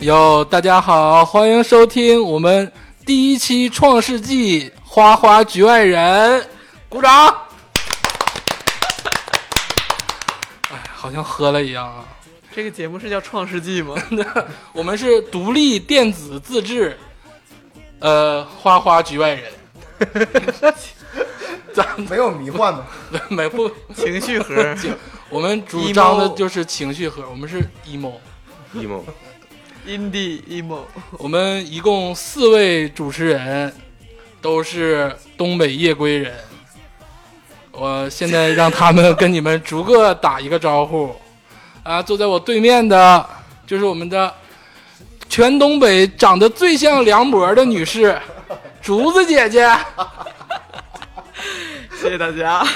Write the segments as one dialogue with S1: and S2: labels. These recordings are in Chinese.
S1: 哟，大家好，欢迎收听我们第一期《创世纪》花花局外人，鼓掌。哎，好像喝了一样啊。
S2: 这个节目是叫《创世纪》 吗？
S1: 我们是独立电子自制，呃，花花局外人，
S3: 没有迷幻的，
S1: 没不，
S2: 情绪盒，
S1: 我们主张的
S2: emo
S1: 就是情绪盒，我们是 emo。
S4: emo
S2: indie emo，
S1: 我们一共四位主持人，都是东北夜归人。我现在让他们跟你们逐个打一个招呼。啊，坐在我对面的就是我们的全东北长得最像梁博的女士，竹子姐姐。
S2: 谢谢大家。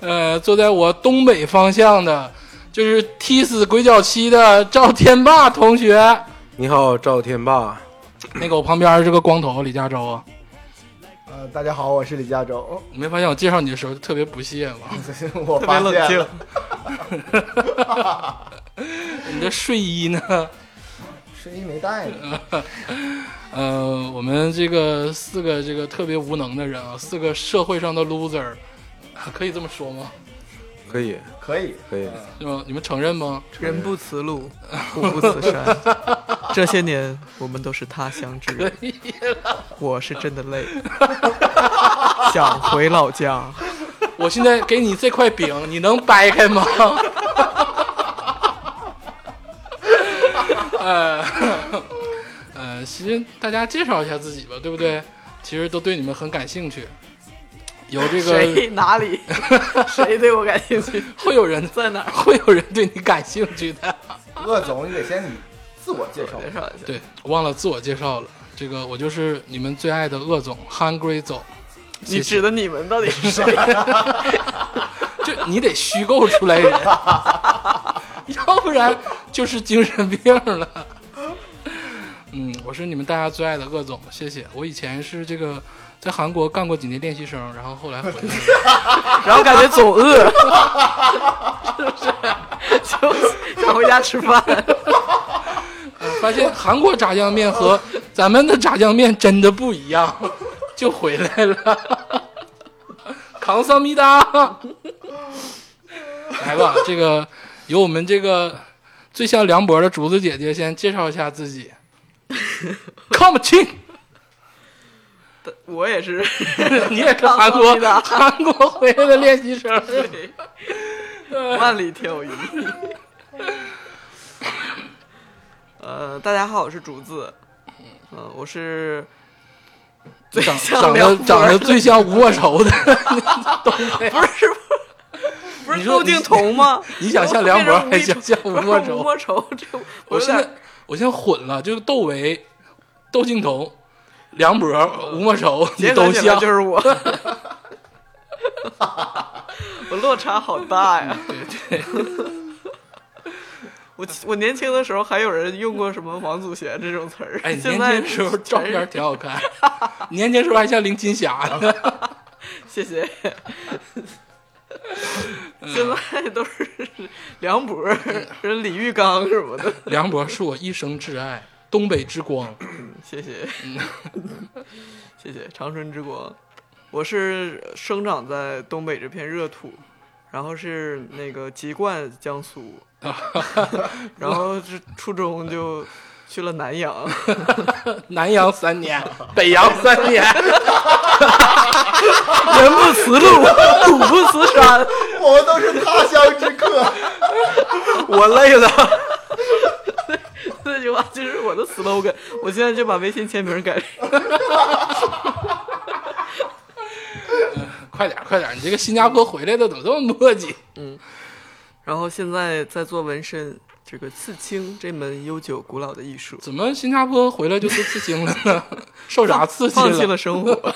S1: 呃，坐在我东北方向的，就是踢死鬼脚七的赵天霸同学。
S4: 你好，赵天霸。
S1: 那个我旁边是个光头李佳洲啊。
S3: 呃，大家好，我是李佳洲。
S1: 你没发现我介绍你的时候特别不屑吗？
S3: 我
S2: 特别
S3: 发
S2: 冷
S3: 现
S2: 静
S3: 了，
S1: 你的睡衣呢？
S3: 睡衣没带呢，
S1: 呃，我们这个四个这个特别无能的人啊，四个社会上的 loser，可啊以这么说吗？
S4: 可以，
S3: 可以。
S4: 可以，
S1: 是吗？你们承认吗？
S2: 人不辞路， 虎不辞山。这些年，我们都是他乡之人。我是真的累，想回老家。
S1: 我现在给你这块饼，你能掰开吗？ 呃 呃，先大家介绍一下自己吧，对不对？其实都对你们很感兴趣，有这个
S2: 谁哪 里？谁对我感兴趣？
S1: 会有人
S2: 在哪儿？
S1: 会有人对你感兴趣的。
S3: 鄂总，你得先你自我介绍
S2: 介。绍一下。
S1: 对，我忘了自我介绍了。这个我就是你们最爱的鄂总，Hungry 总。
S2: 你指的你们到底是谁？
S1: 就你得虚构出来人， 要不然就是精神病了。嗯，我是你们大家最爱的鄂总，谢谢。我以前是这个在韩国干过几年练习生，然后后来回来了。
S2: 然后感觉总 饿，是 不是？就想回家吃饭。
S1: 发现韩国炸酱面和咱们的炸酱面真的不一样，就回来了。扛桑米达，来吧，这个由我们这个最像梁博的竹子姐姐先介绍一下自己。Come 亲，
S2: 我也是。
S1: 你也是韩国
S2: 扛桑米达
S1: 韩国回来的练习生，
S2: 万里挑一。呃，大家好，我是竹子。嗯、
S1: 呃
S2: 我是最
S1: 长
S2: 像
S1: 长得
S2: 梁博
S1: 长得最像吴莫愁的，
S2: 不是不
S1: 你
S2: 是
S1: 说
S2: 窦靖童吗？
S1: 你想像梁 博还想像吴
S2: 我
S1: 莫
S2: 变成
S1: 愁
S2: 吴莫愁？这我
S1: 我
S2: 有
S1: 现在
S2: 点
S1: 我现在混了，就是窦唯、窦靖童、梁博、吴莫愁，你
S2: 呃结
S1: 都
S2: 合起来
S1: 像
S2: 就。是 我。 我落差好大呀！
S1: 对嗯对，
S2: 我我年轻的时候还有人用过什么王祖贤这种词儿，
S1: 哎，年
S2: 现在
S1: 轻时候照
S2: 全是
S1: 片挺好看， 年轻时候还像林青霞呢。
S2: 谢谢。现在都是梁博、人李玉刚什么的，
S1: 梁博是我一生挚爱，东北之光。
S2: 谢谢，谢谢长春之光。我是生长在东北这片热土，然后是那个籍贯江苏，然后是初中就去了南阳，
S1: 南阳三年，北阳三年，
S2: 人不辞路，虎不辞山，
S3: 我们都是他乡之客，
S2: 我累了。那句话就是我的 slogan，我现在就把微信签名改
S1: 快点快点！你这个新加坡回来的怎么这么磨叽？
S2: 然后现在在做纹身，这个刺青这门悠久古老的艺术，
S1: 怎么新加坡回来就做刺青了呢？受啥刺激
S2: 放弃了生活，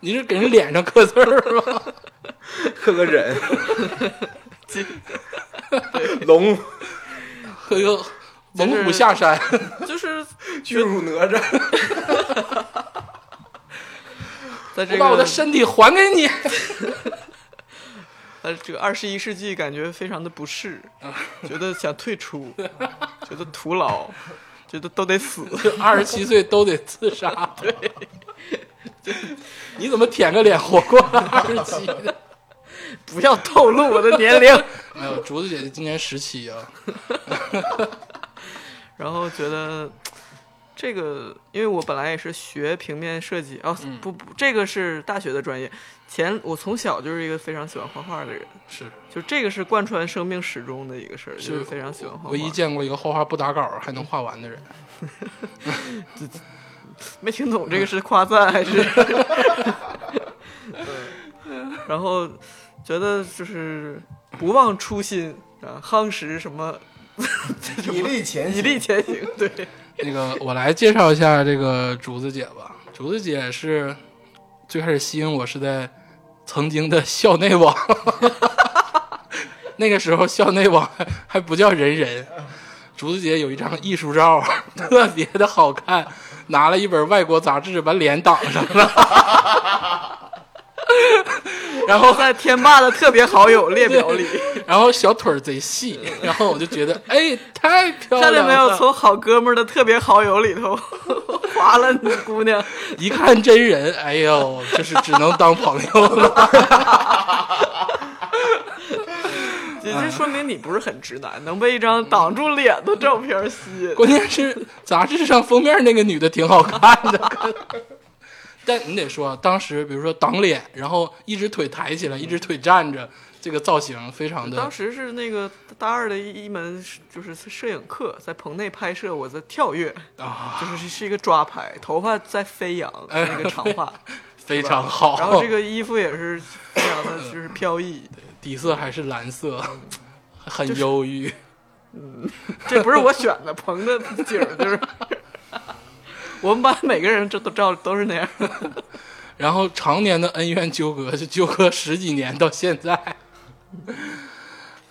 S1: 你是给人脸上刻字儿吗？
S4: 刻个忍， 龙
S1: 哎呦，
S2: 就是
S1: 猛虎下山。
S2: 就是
S4: 巨乳哪吒，
S2: 在这
S1: 我把我的
S2: 个
S1: 身体还给你。
S2: 呃，这个二十一世纪感觉非常的不适，觉得想退 出，觉得徒劳，觉得都得死。
S1: 二十七岁都得自杀。对，你怎么舔个脸活过了二十七呢？
S2: 不要透露我的年龄。
S1: 没有，哎竹子姐姐今年十七啊。
S2: 然后觉得这个，因为我本来也是学平面设计哦，
S1: 嗯
S2: 不不，这个是大学的专业。前我从小就是一个非常喜欢画画的人，
S1: 是，
S2: 就这个是贯穿生命始终的一个事儿，就是非常喜欢画画。
S1: 唯一见过一个画画不打稿还能画完的人。
S2: 没听懂
S1: 嗯
S2: 这个是夸赞 还是？对，然后觉得就是不忘初心啊，夯实什么
S3: 砥砺前
S2: 以
S3: 行。
S2: 力前行，对，
S1: 那个，我来介绍一下这个竹子姐吧。竹子姐是最开始吸引我是在曾经的校内网， 那个时候校内网还不叫人人。竹子姐有一张艺术照， 特别的好看，拿了一本外国杂志把脸挡上了，然后
S2: 在天霸的特别好友列表里。
S1: 然后小腿儿贼细，然后我就觉得哎太 漂亮
S2: 看
S1: 了，
S2: 见没有？从好哥们儿的特别好友里头 划了你姑 娘，
S1: 一看真人，哎呦，就是只能当朋友了。
S2: 这这说明你不是很直男，能被一张挡住脸的照片吸 引。
S1: 关键是杂志上封面那个女的挺好看的，但你得说，啊当时比如说挡脸，然后一只腿抬起来，一只腿站着，这个造型非常的
S2: 当时是那个大二的一一门就是摄影课，在棚内拍摄，我在跳跃，
S1: 啊，
S2: 就是是一个抓拍，头发在飞扬，
S1: 哎
S2: 那个长 发，
S1: 非常好。
S2: 然后这个衣服也是非常 的就是飘逸，
S1: 底色还是蓝色，
S2: 嗯
S1: 很忧郁。
S2: 这不是我选的，棚的景儿就是。 我们班每个人这都照都是那样，
S1: 然后常年的恩怨纠葛，就纠葛十几年到现在。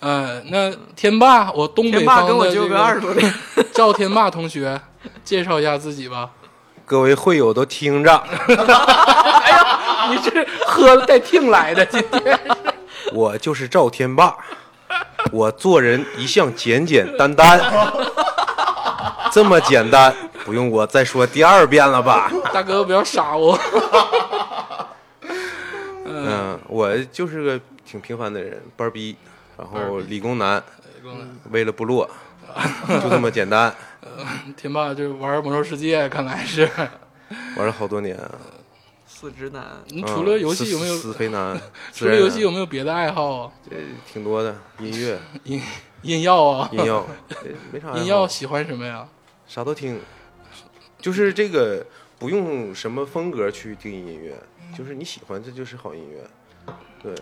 S1: 呃，那天霸，我东
S2: 天
S1: 北
S2: 霸
S1: 方
S2: 跟我
S1: 的
S2: 纠
S1: 这
S2: 葛二十
S1: 个
S2: 多年。
S1: 赵天霸同学，介绍一下自己吧。
S4: 各位会友都听着，
S1: 哎你是喝了带听来的，今天
S4: 我就是赵天霸，我做人一向简简单单，这么简单，不用我再说第二遍了吧？
S1: 大哥不要杀我。
S4: 嗯，我就是个挺平凡的人，班儿逼，然后理工男，为了部落，就这么简单，
S1: 天霸就是玩魔兽世界，看来是。
S4: 玩了好多年啊。
S2: 死直男，
S1: 你
S4: 嗯
S1: 除了游戏有没有？
S4: 死死肥 男？
S1: 除了游戏有
S4: 没
S1: 没有别的爱好啊？
S4: 呃挺多的？音乐、
S1: 音音药啊，
S4: 音药，呃没啥爱好。
S1: 音药喜欢什么呀？
S4: 啥都听，就是这个不用什么风格去定义音乐，就是你喜欢这就是好音乐。对，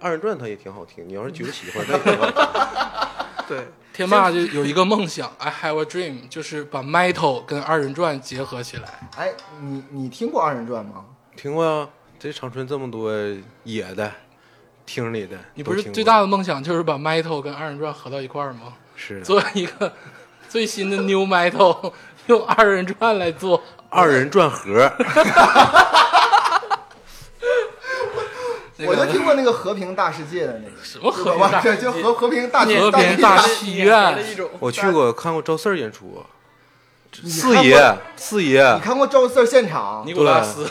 S4: 二人转它也挺好听，你要是觉得喜欢，它也挺好听。
S2: 对，
S1: 天霸就有一个梦想，I have a dream，就是把 metal 跟二人转结合起来。
S3: 哎，你你听过二人转吗？
S4: 听过啊，这长春这么多野的，厅里的，
S1: 你不是
S4: 都听过
S1: 最大的梦想就是把 metal 跟二人转合到一块儿吗？
S4: 是的
S1: 做一个最新的 new metal，用二人转来做。
S4: 二人转盒，
S1: 那
S3: 我就
S1: 个
S3: 听过那个和平大世界的那个，
S1: 什么和
S3: 对
S1: 平
S3: 吧？
S1: 大
S3: 对，就和和平大
S1: 和平
S3: 大
S1: 大
S3: 世界
S1: 戏院
S2: 的一种
S4: 我去过看过赵四儿演出，
S3: 看
S4: 四
S3: 过
S4: 爷四爷，
S3: 你看过赵四儿现场？
S1: 尼古拉斯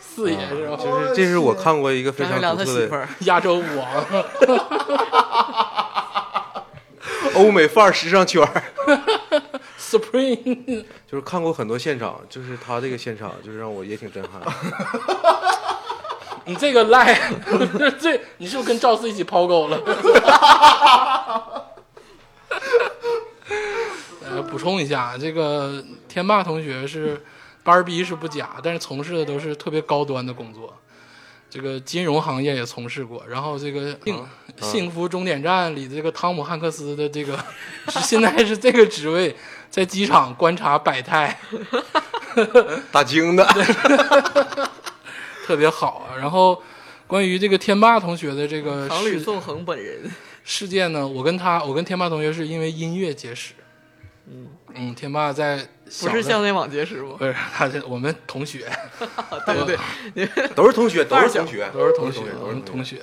S1: 四爷是吧？
S4: 啊就是 这是我看过一个非
S2: 张学
S4: 常
S2: 良
S4: 独
S2: 他
S4: 特
S2: 媳
S4: 的
S2: 妇儿，
S1: 亚洲舞王，
S4: 欧美范儿时尚圈儿，
S1: Spring，
S4: 就是看过很多现场，就是他这个现场，就是让我也挺震撼。
S1: 你这个赖， 这你是不是跟赵四一起抛钩了？ 呃，补充一下，这个天霸同学是班儿逼是不假，但是从事的都是特别高端的工作，这个金融行业也从事过，然后这个幸、幸福终点站里这个汤姆汉克斯的这个是现在是这个职位，在机场观察百态，
S4: 打精的，
S1: 特别好啊。然后关于这个天霸同学的这个
S2: 唐吕
S1: 事
S2: 宋恒本人，
S1: 事件呢，我跟他，我跟天霸同学是因为音乐结识。嗯天霸在
S2: 不
S1: 小
S2: 是
S1: 的
S2: 校内网结识 吗？
S1: 不是他是我们同学，
S2: 对对对，
S4: 都是同学，都是同学，
S1: 都是同
S4: 都是同学
S1: 我们同学。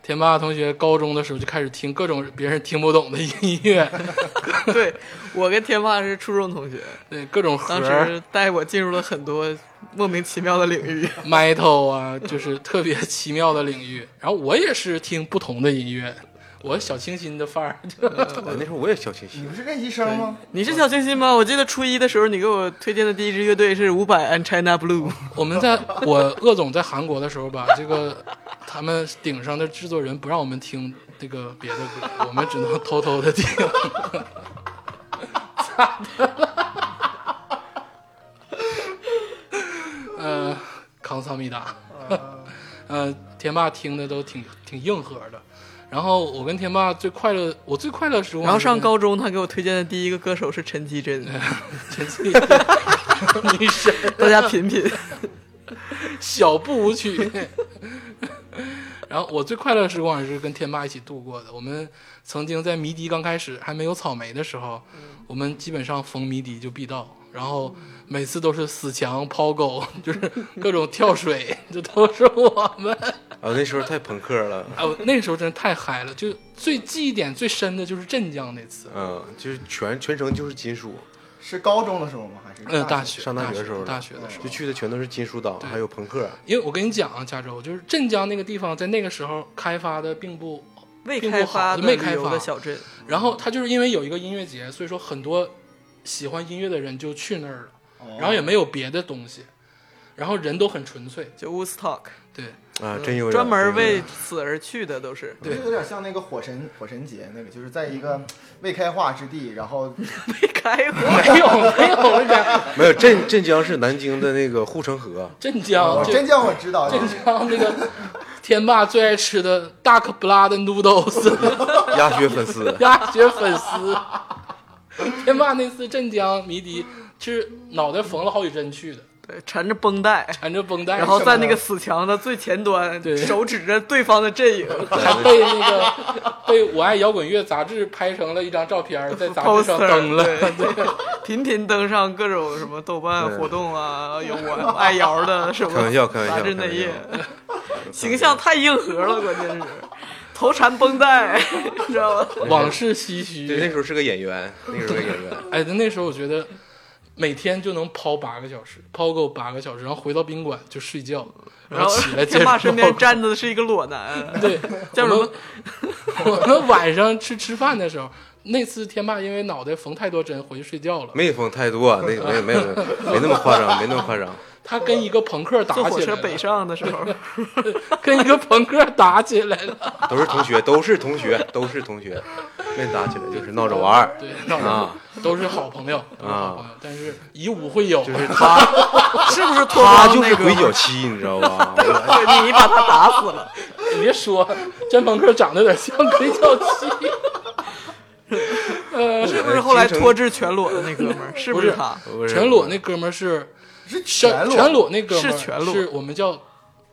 S1: 田八同学高中的时候就开始听各种别人听不懂的音乐，
S2: 对我跟天霸是初中同学，
S1: 对各种盒
S2: 当
S1: 儿
S2: 时带我进入了很多莫名其妙的领域。
S1: metal 啊，就是特别奇妙的领域。然后我也是听不同的音乐，我小清新的范儿，
S4: 哎那时候我也小清
S3: 你
S4: 新，
S3: 不是练习生吗？
S2: 你是小清新吗？我记得初一的时候，你给我推荐的第一支乐队是伍佰 and China Blue。
S1: 我们在我鄂总在韩国的时候吧，这个他们顶上的制作人不让我们听这个别的歌，我们只能偷偷的听。呃，康萨米达， 呃，天霸听的都挺挺硬核的。然后我跟天霸最快乐，我最快乐的时候，
S2: 然后上高中，他给我推荐的第一个歌手是陈绮贞，
S1: 陈绮， 女神。
S2: 大家品品。
S1: 小步舞曲。然后我最快乐的时光也是跟天霸一起度过的。我们曾经在迷笛刚开始还没有草莓的时候，
S4: 嗯
S1: 我们基本上逢迷笛就必到，然后每次都是死墙、抛狗，就是各种跳水，这都是我们。
S4: 啊，那时候太朋克了，
S1: 啊，我那时候真是太嗨了，就最记忆点最深的就是镇江那次。
S4: 嗯，就是全全程就是金属，
S3: 是高中的时候吗？还是
S1: 嗯，大
S3: 学？
S1: 学
S4: 上
S1: 大
S4: 大学的嗯时候了
S1: 大学的时候
S4: 就。去的全都是金属党，还有朋克，
S1: 因为我跟你讲啊，加州就是镇江那个地方，在那个时候开发的并不
S2: 未开发的
S1: 没
S2: 旅
S1: 开
S2: 游
S1: 发
S2: 的小镇，
S1: 然后他就是因为有一个音乐节，所以说很多喜欢音乐的人就去那儿了，
S3: 哦
S1: 然后也没有别的东西，然后人都很纯粹，
S2: 就 Woodstock，
S1: 对，
S4: 啊，真有点
S2: 专门
S4: 真有
S2: 为
S4: 点
S2: 此而去的都是。
S1: 对
S3: 就有点像那个火神火神节那个，就是在一个未开化之地，然后
S2: 没开 过，
S1: 没有没有人
S4: 没有镇镇江是南京的那个护城河，
S1: 镇
S3: 我
S1: 江
S3: 真
S1: 镇
S3: 叫我知道，
S1: 镇江啊那个天霸最爱吃的 duck blood noodles
S4: 鸭血粉 丝
S1: 鸭血粉丝，天霸那次镇江迷笛是脑袋缝了好几针去的，
S2: 对，缠着绷带，
S1: 缠着绷带，
S2: 然后在那个死墙的最前端，
S1: 对
S2: 手指着对方的 阵营，
S1: 还被那个被《我爱摇滚乐》杂志拍成了一张照片儿，在杂志上
S2: Poster，
S1: 登了。
S2: 对 频频登上各种什么豆瓣
S4: 对
S2: 活动啊，有我爱瑶的什么
S4: 开玩笑开玩笑
S2: 杂志内页
S4: 开，
S2: 形象太硬核 了，关键是头缠绷带， 你知道吗？
S1: 往事唏
S4: 对，那
S1: 嘘。
S4: 时候是个演员，那时候是个演员，
S1: 哎，那时候我觉得每天就能抛八个小时，抛够八个小时，然后回到宾馆就睡觉，
S2: 然后
S1: 后起来接
S2: 天
S1: 着
S2: 霸
S1: 泡。
S2: 身边站着的是一个裸男，
S1: 对，
S2: 叫什
S1: 我
S2: 么
S1: 们？我们晚上吃吃饭的时候，那次天霸因为脑袋缝太多针回去睡觉了。
S4: 没缝太多，那个没有没有没有没那么夸张，没那么夸张，
S1: 他跟一个朋克打
S2: 坐火
S1: 起来
S2: 车北
S1: 了，
S2: 上的时候，
S1: 跟一个朋克打起来了。
S4: 都是同学，都是同学，都是同学，没打起来就是闹着玩儿
S1: 对，那
S4: 啊，
S1: 都是好朋友，都是好
S4: 啊
S1: 朋友，但是以武会友，
S4: 就是他
S2: 是不是脱
S4: 他
S2: 光
S4: 就
S2: 那
S4: 是鬼
S2: 个？
S4: 脚七，你知道吧？我
S2: 对，你把他打死了，
S1: 你别说，真朋克长得有点像鬼 脚七，
S2: 是不是后来脱至全裸的那哥们儿？是不
S1: 不
S2: 是
S1: 是
S2: 他？
S4: 不是
S1: 全裸那哥们儿是
S3: 是
S1: 全
S3: 裸
S1: 全裸那哥们儿
S2: 是全裸
S1: 是我们叫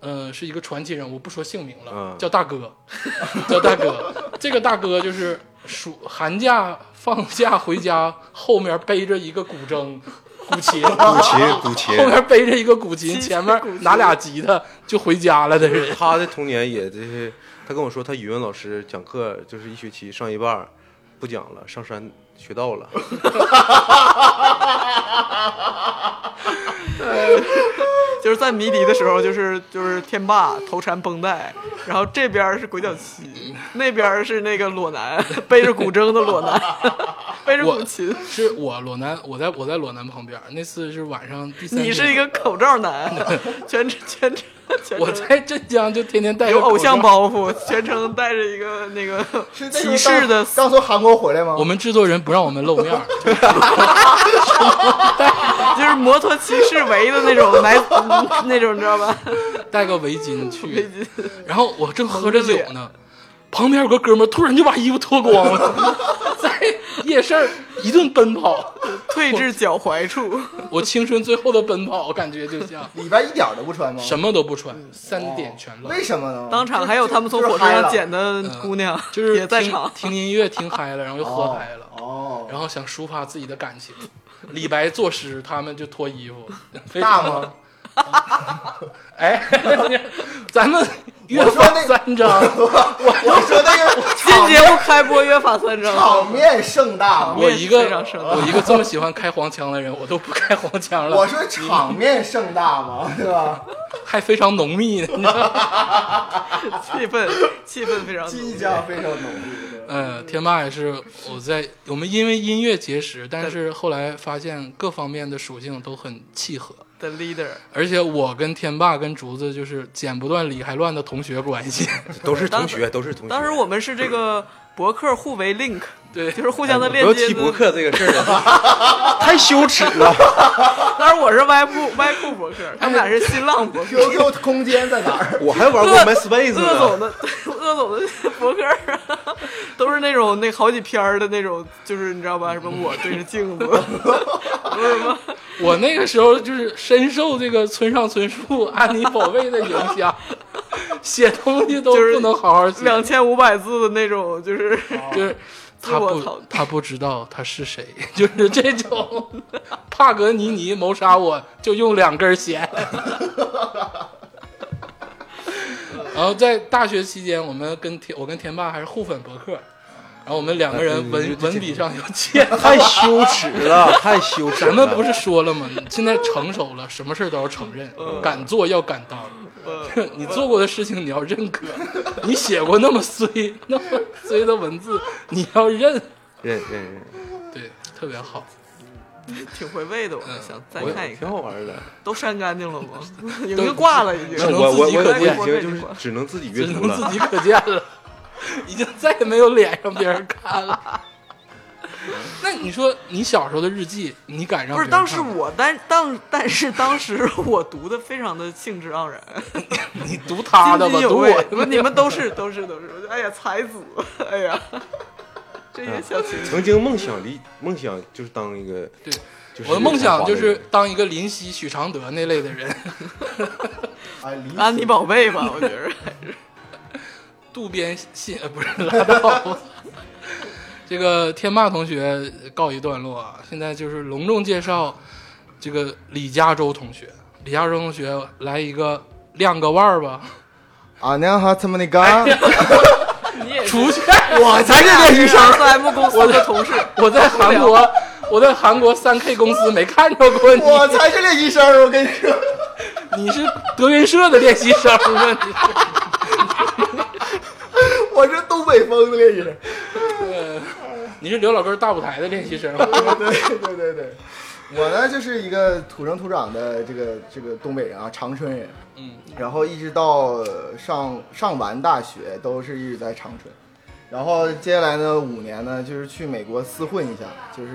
S1: 呃是一个传奇人物，不说姓名了，
S4: 嗯
S1: 叫大哥， 叫大哥。这个大哥就是暑寒假放假回家，后面背着一个古筝、古琴，
S4: 古琴古琴
S1: 后，面背着一个古琴，
S2: 琴
S1: 前面拿俩吉他就回家了的人。
S4: 他的童年也就是，他跟我说他语文老师讲课就是一学期上一半儿不讲了，上山学道了，
S2: 就是在迷笛的时候，就是就是天霸头缠绷带，然后这边儿是鬼脚七，那边儿是那个裸男 背着古筝的裸男， 背着古琴。
S1: 是我裸男，我在我在裸男旁边。那次是晚上第三天，
S2: 你是一个口罩男， 全程全程全
S1: 我
S2: 程
S1: 在镇江就天天戴
S2: 有
S1: 个
S2: 偶像
S1: 口罩。
S2: 包袱，全程带着一个那个
S3: 是那时候
S2: 骑士的
S3: 刚刚从韩国回来吗？
S1: 我们制作人不让我们露面儿，
S2: 就是摩托骑士围的 那种奶那种，你知道吧？
S1: 戴个围巾去。然后我正喝着酒
S2: 蒙
S1: 呢，旁边有个哥们儿突然就把衣服脱光了，在夜市儿一顿奔跑。
S2: 退至脚踝处，
S1: 我青春最后的奔跑，感觉就像
S3: 里边一点儿都不穿吗？
S1: 什么都不穿，三点全露。
S3: 为什么呢？
S2: 当场还有他们从火车上捡的姑娘，
S1: 嗯就是
S2: 也在
S1: 听
S2: 场。
S1: 听音乐听嗨了，然后就喝嗨了，
S3: 哦，
S1: 然后想抒发自己的感情。李白作诗，他们就脱衣服。非常
S3: 大吗？
S1: 哎， 咱们约
S3: 我说
S1: 法
S3: 那
S1: 三章，
S3: 我说的是
S2: 新节目开播约法三 章，
S3: 场面盛大嘛，
S1: 我一个
S2: 非常盛大
S1: 我一个这么喜欢开黄腔的人，我都不开黄腔了，
S3: 我说场面盛大嘛，对吧？
S1: 还非常浓密呢。你知道吗
S2: 气氛气氛非常
S3: 晋
S2: 浓。
S3: 江非常浓郁对吧
S1: 嗯，天霸也是我在我们因为音乐结识，但是后来发现各方面的属性都很契合，
S2: The leader，
S1: 而且我跟天霸跟竹子就是剪不断理还乱的同学关系。
S4: 都是
S2: 当
S4: 同学，都是同学。
S2: 当时我们是这个博客互为 link，
S1: 对
S2: 就是互相的链
S4: 哎不要
S2: 接
S4: 提
S2: 的。
S4: 博客这个事儿啊了，太羞耻 了。
S2: 当时我是歪酷歪酷博客，他们俩是新浪 博客。
S3: QQ 空间在哪儿？
S4: 我还玩过 MySpace
S2: 鄂总
S4: 呢，
S2: 的鄂总的博客都是那种那好几篇儿的那种，就是你知道吧？什么我对着镜子， 不是什么
S1: 我那个时候就是深受这个村上春树、安妮宝贝的影响，写东西都不能好好写，
S2: 两千五百字的那种，就是
S4: 哦
S1: 就是他
S2: 哦自我
S1: 不
S2: 陶
S1: 他不知道他是谁， 就是这种帕格尼尼谋杀我就用两根弦。然后在大学期间，我们跟田我跟田爸还是互粉博客，然后我们两个人文、
S4: 嗯这
S1: 文笔上有欠。
S4: 太羞耻了，太羞耻了。
S1: 咱们不是说了吗？现在成熟了，什么事儿都要承认，
S2: 嗯
S1: 敢做要敢当。
S2: 呃
S1: 你做过的事情你要认可，你写过那么衰、 那么衰的文字，你要认，
S4: 认认认，
S1: 对，特别好。
S2: 挺回味的。我想再
S4: 嗯我
S2: 看一
S4: 挺
S2: 看，
S4: 好玩的。
S2: 都删干净了 吗？已经挂了，已经。
S1: 只能
S4: 我我
S1: 自己
S4: 我
S1: 可
S4: 有
S1: 见
S4: 已经就是只能自己阅
S1: 只能
S4: 读了
S1: 自。己可见了，已经再也没有脸让别人看了。那你说你小时候的日记，你敢让
S2: 不
S1: 别
S2: 是，
S1: 人
S2: 当时
S1: 看吗
S2: 我但当但是当时 我读的非常的兴致盎然，
S1: 你读他的
S2: 津
S1: 吧，
S2: 津有
S1: 读
S2: 味
S1: 我。
S2: 不你们都是都是都是，我就哎呀才子，哎呀，这些小情侣
S4: 曾经梦想离梦想就是当一个，
S1: 对，
S4: 就是
S1: 我的梦想就
S4: 有才华的
S1: 是
S4: 人
S1: 当一个林夕、许常德那类的人，
S3: 哎，理解
S2: 安妮宝贝吧，我觉得
S1: 渡边信呃不是拉倒吧。这个天霸同学告一段落啊，现在就是隆重介绍这个李嘉洲同学。李嘉洲同学来一个亮个腕儿吧，
S3: 啊，娘好，这么那个，
S2: 你也
S1: 出去。
S3: 我才是练习生。
S2: ，SM 公司的同事，
S1: 我在韩国，我在韩国三 K 公司没看着过你，
S3: 我才是练习生，我跟你说，
S1: 你是德云社的练习生吗？你是
S3: 我是东北风的练习生。
S1: 呃你是刘老根儿大舞台的练习生吗，
S3: 对对对对，我呢就是一个土生土长的这个这个东北人啊，长春人。
S1: 嗯，
S3: 然后一直到上上完大学都是一直在长春，然后接下来呢五年呢就是去美国厮混一下，就是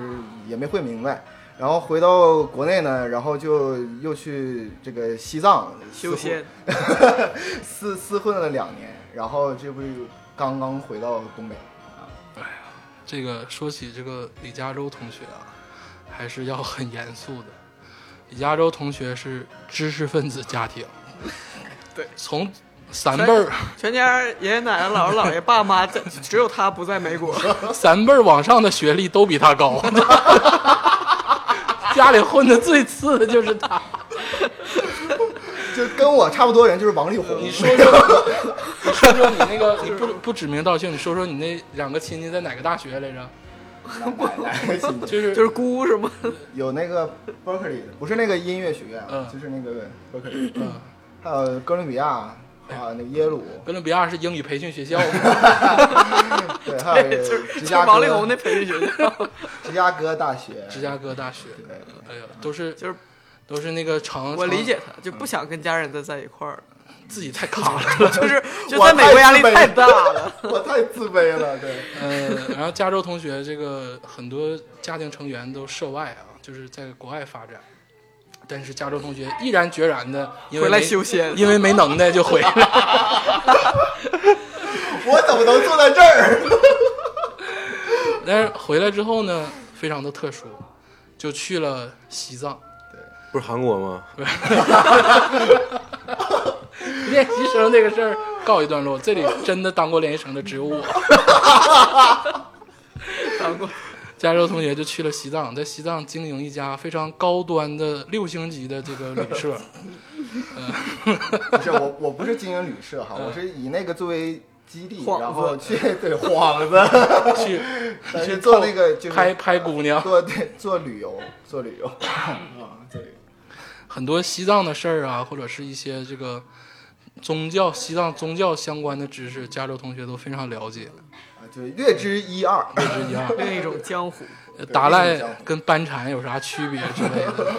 S3: 也没混明白，然后回到国内呢，然后就又去这个西藏厮
S2: 修
S3: 混
S2: 仙，
S3: 厮厮混了两年，然后这不是刚刚回到东北，
S1: 这个说起这个李嘉洲同学啊，还是要很严肃的。李嘉洲同学是知识分子家庭，
S2: 对，
S1: 从三辈儿
S2: 全家爷爷奶奶、姥姥姥爷、爸妈在，只有他不在美国，
S1: 三辈儿往上的学历都比他高，家里混的最次的就是他。
S3: 就跟我差不多人就是王力宏，
S1: 你说说， 你说说你那个，你不不指名道姓，你说说你那两个亲戚在哪个大学来着？就 是
S2: 就是姑什么，
S3: 有那个 Berkeley 的，不是那个音乐学院啊，
S1: 嗯
S3: 就是那个 Berkeley，的
S1: 嗯
S3: 还有哥伦比亚，
S2: 哎
S3: 还有那个耶 鲁，
S1: 哥伦比亚是英语培训学校吗，
S3: 对，还有
S2: 哎就是就
S3: 芝
S2: 是
S3: 加
S2: 王力宏
S3: 哥
S2: 那培训学校，
S3: 芝加哥大学，
S1: 芝加哥大学。
S3: 对，
S1: 哎呀，都是
S2: 就是
S1: 都是那个长，
S2: 我
S1: 长
S2: 理解他，就不想跟家人再在一块儿，
S1: 自己太卡了。
S2: 就是就在美国压力太大了，
S3: 我太自卑了，对，
S1: 呃，然后加州同学这个很多家庭成员都涉外啊，就是在国外发展，但是加州同学毅然决然的因为
S2: 回来
S1: 没
S2: 修仙，
S1: 因为没能耐就回来 了。
S3: 我怎么能坐在这儿？
S1: 但是回来之后呢，非常的特殊，就去了西藏
S4: 不是韩国吗？
S1: 练习生这个事儿告一段落。这里真的当过练习生的只 有我。
S2: 当过
S1: 加州同学就去了西藏，在西藏经营一家非常高端的六星级的这个旅社，呃
S3: 不是我，我不是经营旅社哈，
S1: 嗯
S3: 我是以那个作为基地，
S2: 幌子
S3: 然后去对幌子，
S1: 去
S3: 但
S1: 去
S3: 是做那个就是
S1: 拍拍姑娘，
S3: 做对做旅游，做 旅游啊，做旅游。
S1: 很多西藏的事儿啊，或者是一些这个宗教、西藏宗教相关的知识，加州同学都非常了解。
S3: 啊，就是略知一二。
S1: 这是一样，
S2: 另一种江湖，
S1: 呃达赖跟班禅有啥区别之类的？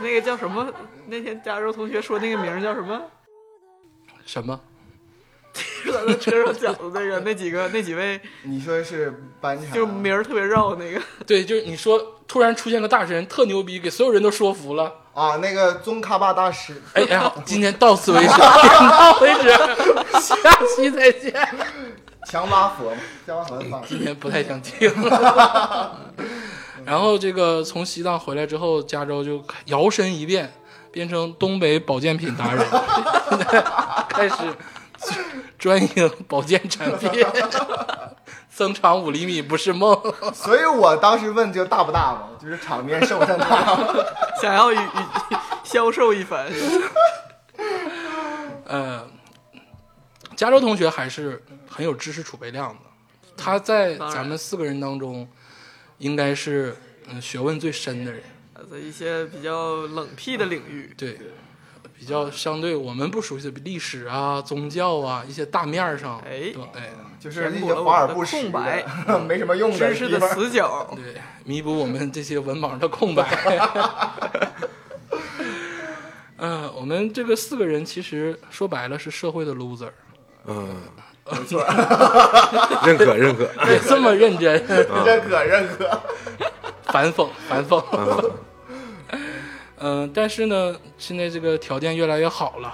S2: 那个叫什么？那天加州同学说那个名儿叫什么？
S1: 什么？
S2: 是咱在车上讲的那个那几个那几位，
S3: 你说是班禅，
S2: 就是名儿特别绕那个。
S1: 对，就是你说突然出现个大神，特牛逼，给所有人都说服了。
S3: 啊，那个宗喀巴大师。
S1: 哎哎，好，今天到此为止，到此为止，下期再见。
S3: 强巴佛嘛，强巴佛的法师
S1: 今天不太想听。 然后这个从西藏回来之后，加州就摇身一变，变成东北保健品达人， 开始专营保健产品， 增长五厘米不是梦。
S3: 所以我当时问就大不大嘛，就是场面盛不盛大嘛。
S2: 想要与与销售一番，
S1: 呃，加州同学还是很有知识储备量的，他在
S2: 嗯当然
S1: 咱们四个人当中，应该是嗯学问最深的人。
S2: 呃在一些比较冷僻的领域，
S1: 对，比较相对我们不熟悉的历史啊、宗教啊一些大面儿上，
S2: 哎
S1: 都哎，
S3: 就是那些华尔不实
S2: 填补了我的空
S3: 没什么用
S2: 知识
S3: 地
S2: 的
S3: 方。
S2: 死角，
S1: 对，弥补我们这些文盲的空白。 嗯、我们这个四个人其实说白了是社会的 loser，
S4: 嗯， 认可认可，
S1: 别这么认真，
S3: 认可认可，
S1: 反 讽反讽。
S4: 嗯
S1: 嗯、但是呢，现在这个条件越来越好了，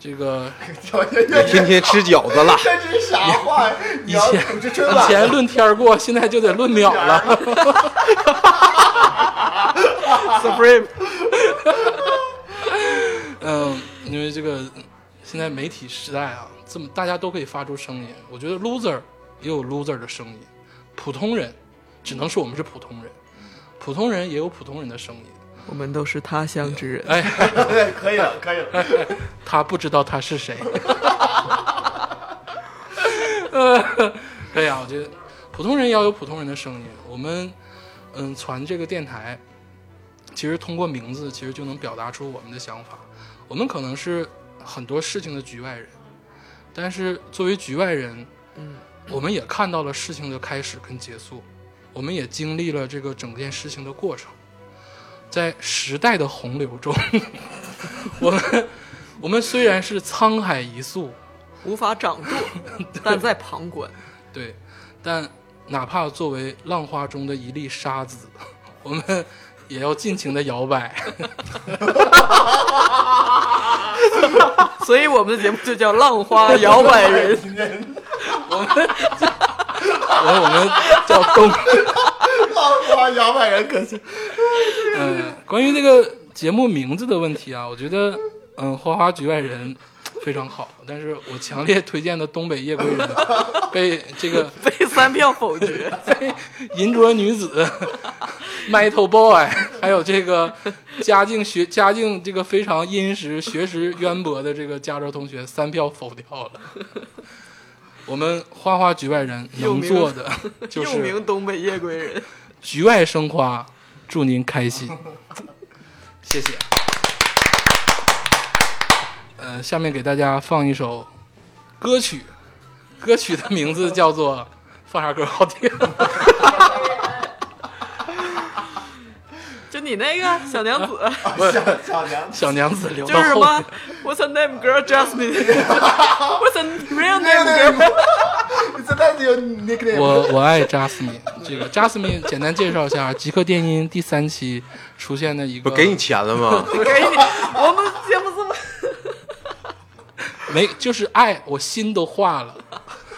S1: 这个
S3: 条件
S4: 也
S3: 越
S4: 天天吃饺子了，
S3: 这是啥话呀？你要
S1: 以前
S3: 组织春
S1: 以前
S3: 晚，
S1: 论天儿过， 现在就得论秒了。
S2: Supreme
S1: 嗯，因为这个现在媒体时代啊，这么大家都可以发出声音。我觉得 loser 也有 loser 的声音，普通人只能说我们是普通人，普通人也有普通人的声音。
S2: 我们都是他乡之人。
S1: 哎，
S3: 对，可以了，可以了。
S1: 他不知道他是谁。呃，对呀、我觉得普通人要有普通人的声音。我们嗯，传这个电台，其实通过名字，其实就能表达出我们的想法。我们可能是很多事情的局外人，但是作为局外人，
S2: 嗯，
S1: 我们也看到了事情的开始跟结束，我们也经历了这个整件事情的过程，在时代的洪流中， 我们我们虽然是沧海一粟，
S2: 无法掌舵，但在旁观。
S1: 对，但哪怕作为浪花中的一粒沙子， 我们也要尽情的摇摆。
S2: 所以我们的节目就叫《浪花摇摆人》
S3: 今天
S1: 我我们叫东，
S3: 浪花摇摆人可行，
S1: 嗯、关于这个节目名字的问题啊，我觉得，嗯，花花局外人非常好，但是我强烈推荐的东北夜归人 被这个
S2: 被三票否决。
S1: 被 银镯女子 Metal Boy，还有这个家境学家境这个非常殷实、学识渊博的这个加州同学三票否掉了。我们花花局外人
S2: 又
S1: 能
S2: 名
S1: 做 的就
S2: 又
S1: 是
S2: 名东北夜归人，
S1: 局外生花，祝您开 心，谢谢。呃，下面给大家放一首歌曲，歌曲的名字叫做放啥歌好听。
S2: 就你那个小娘子，
S3: 小小娘子。
S1: 小娘子留
S2: 就
S1: 到
S2: 是什
S1: 后
S2: 么 What's her name, girl? Jasmine，What's her real
S3: 对对
S2: name, girl？
S3: 对，你这袋子有 nickname。
S1: 我我爱 Jasmine，这个 Jasmine 简单介绍一下，极客电音第三期出现的一个，
S4: 不给你钱了吗？
S2: 给你，我们节目这么
S1: 没就是爱，我心都化了。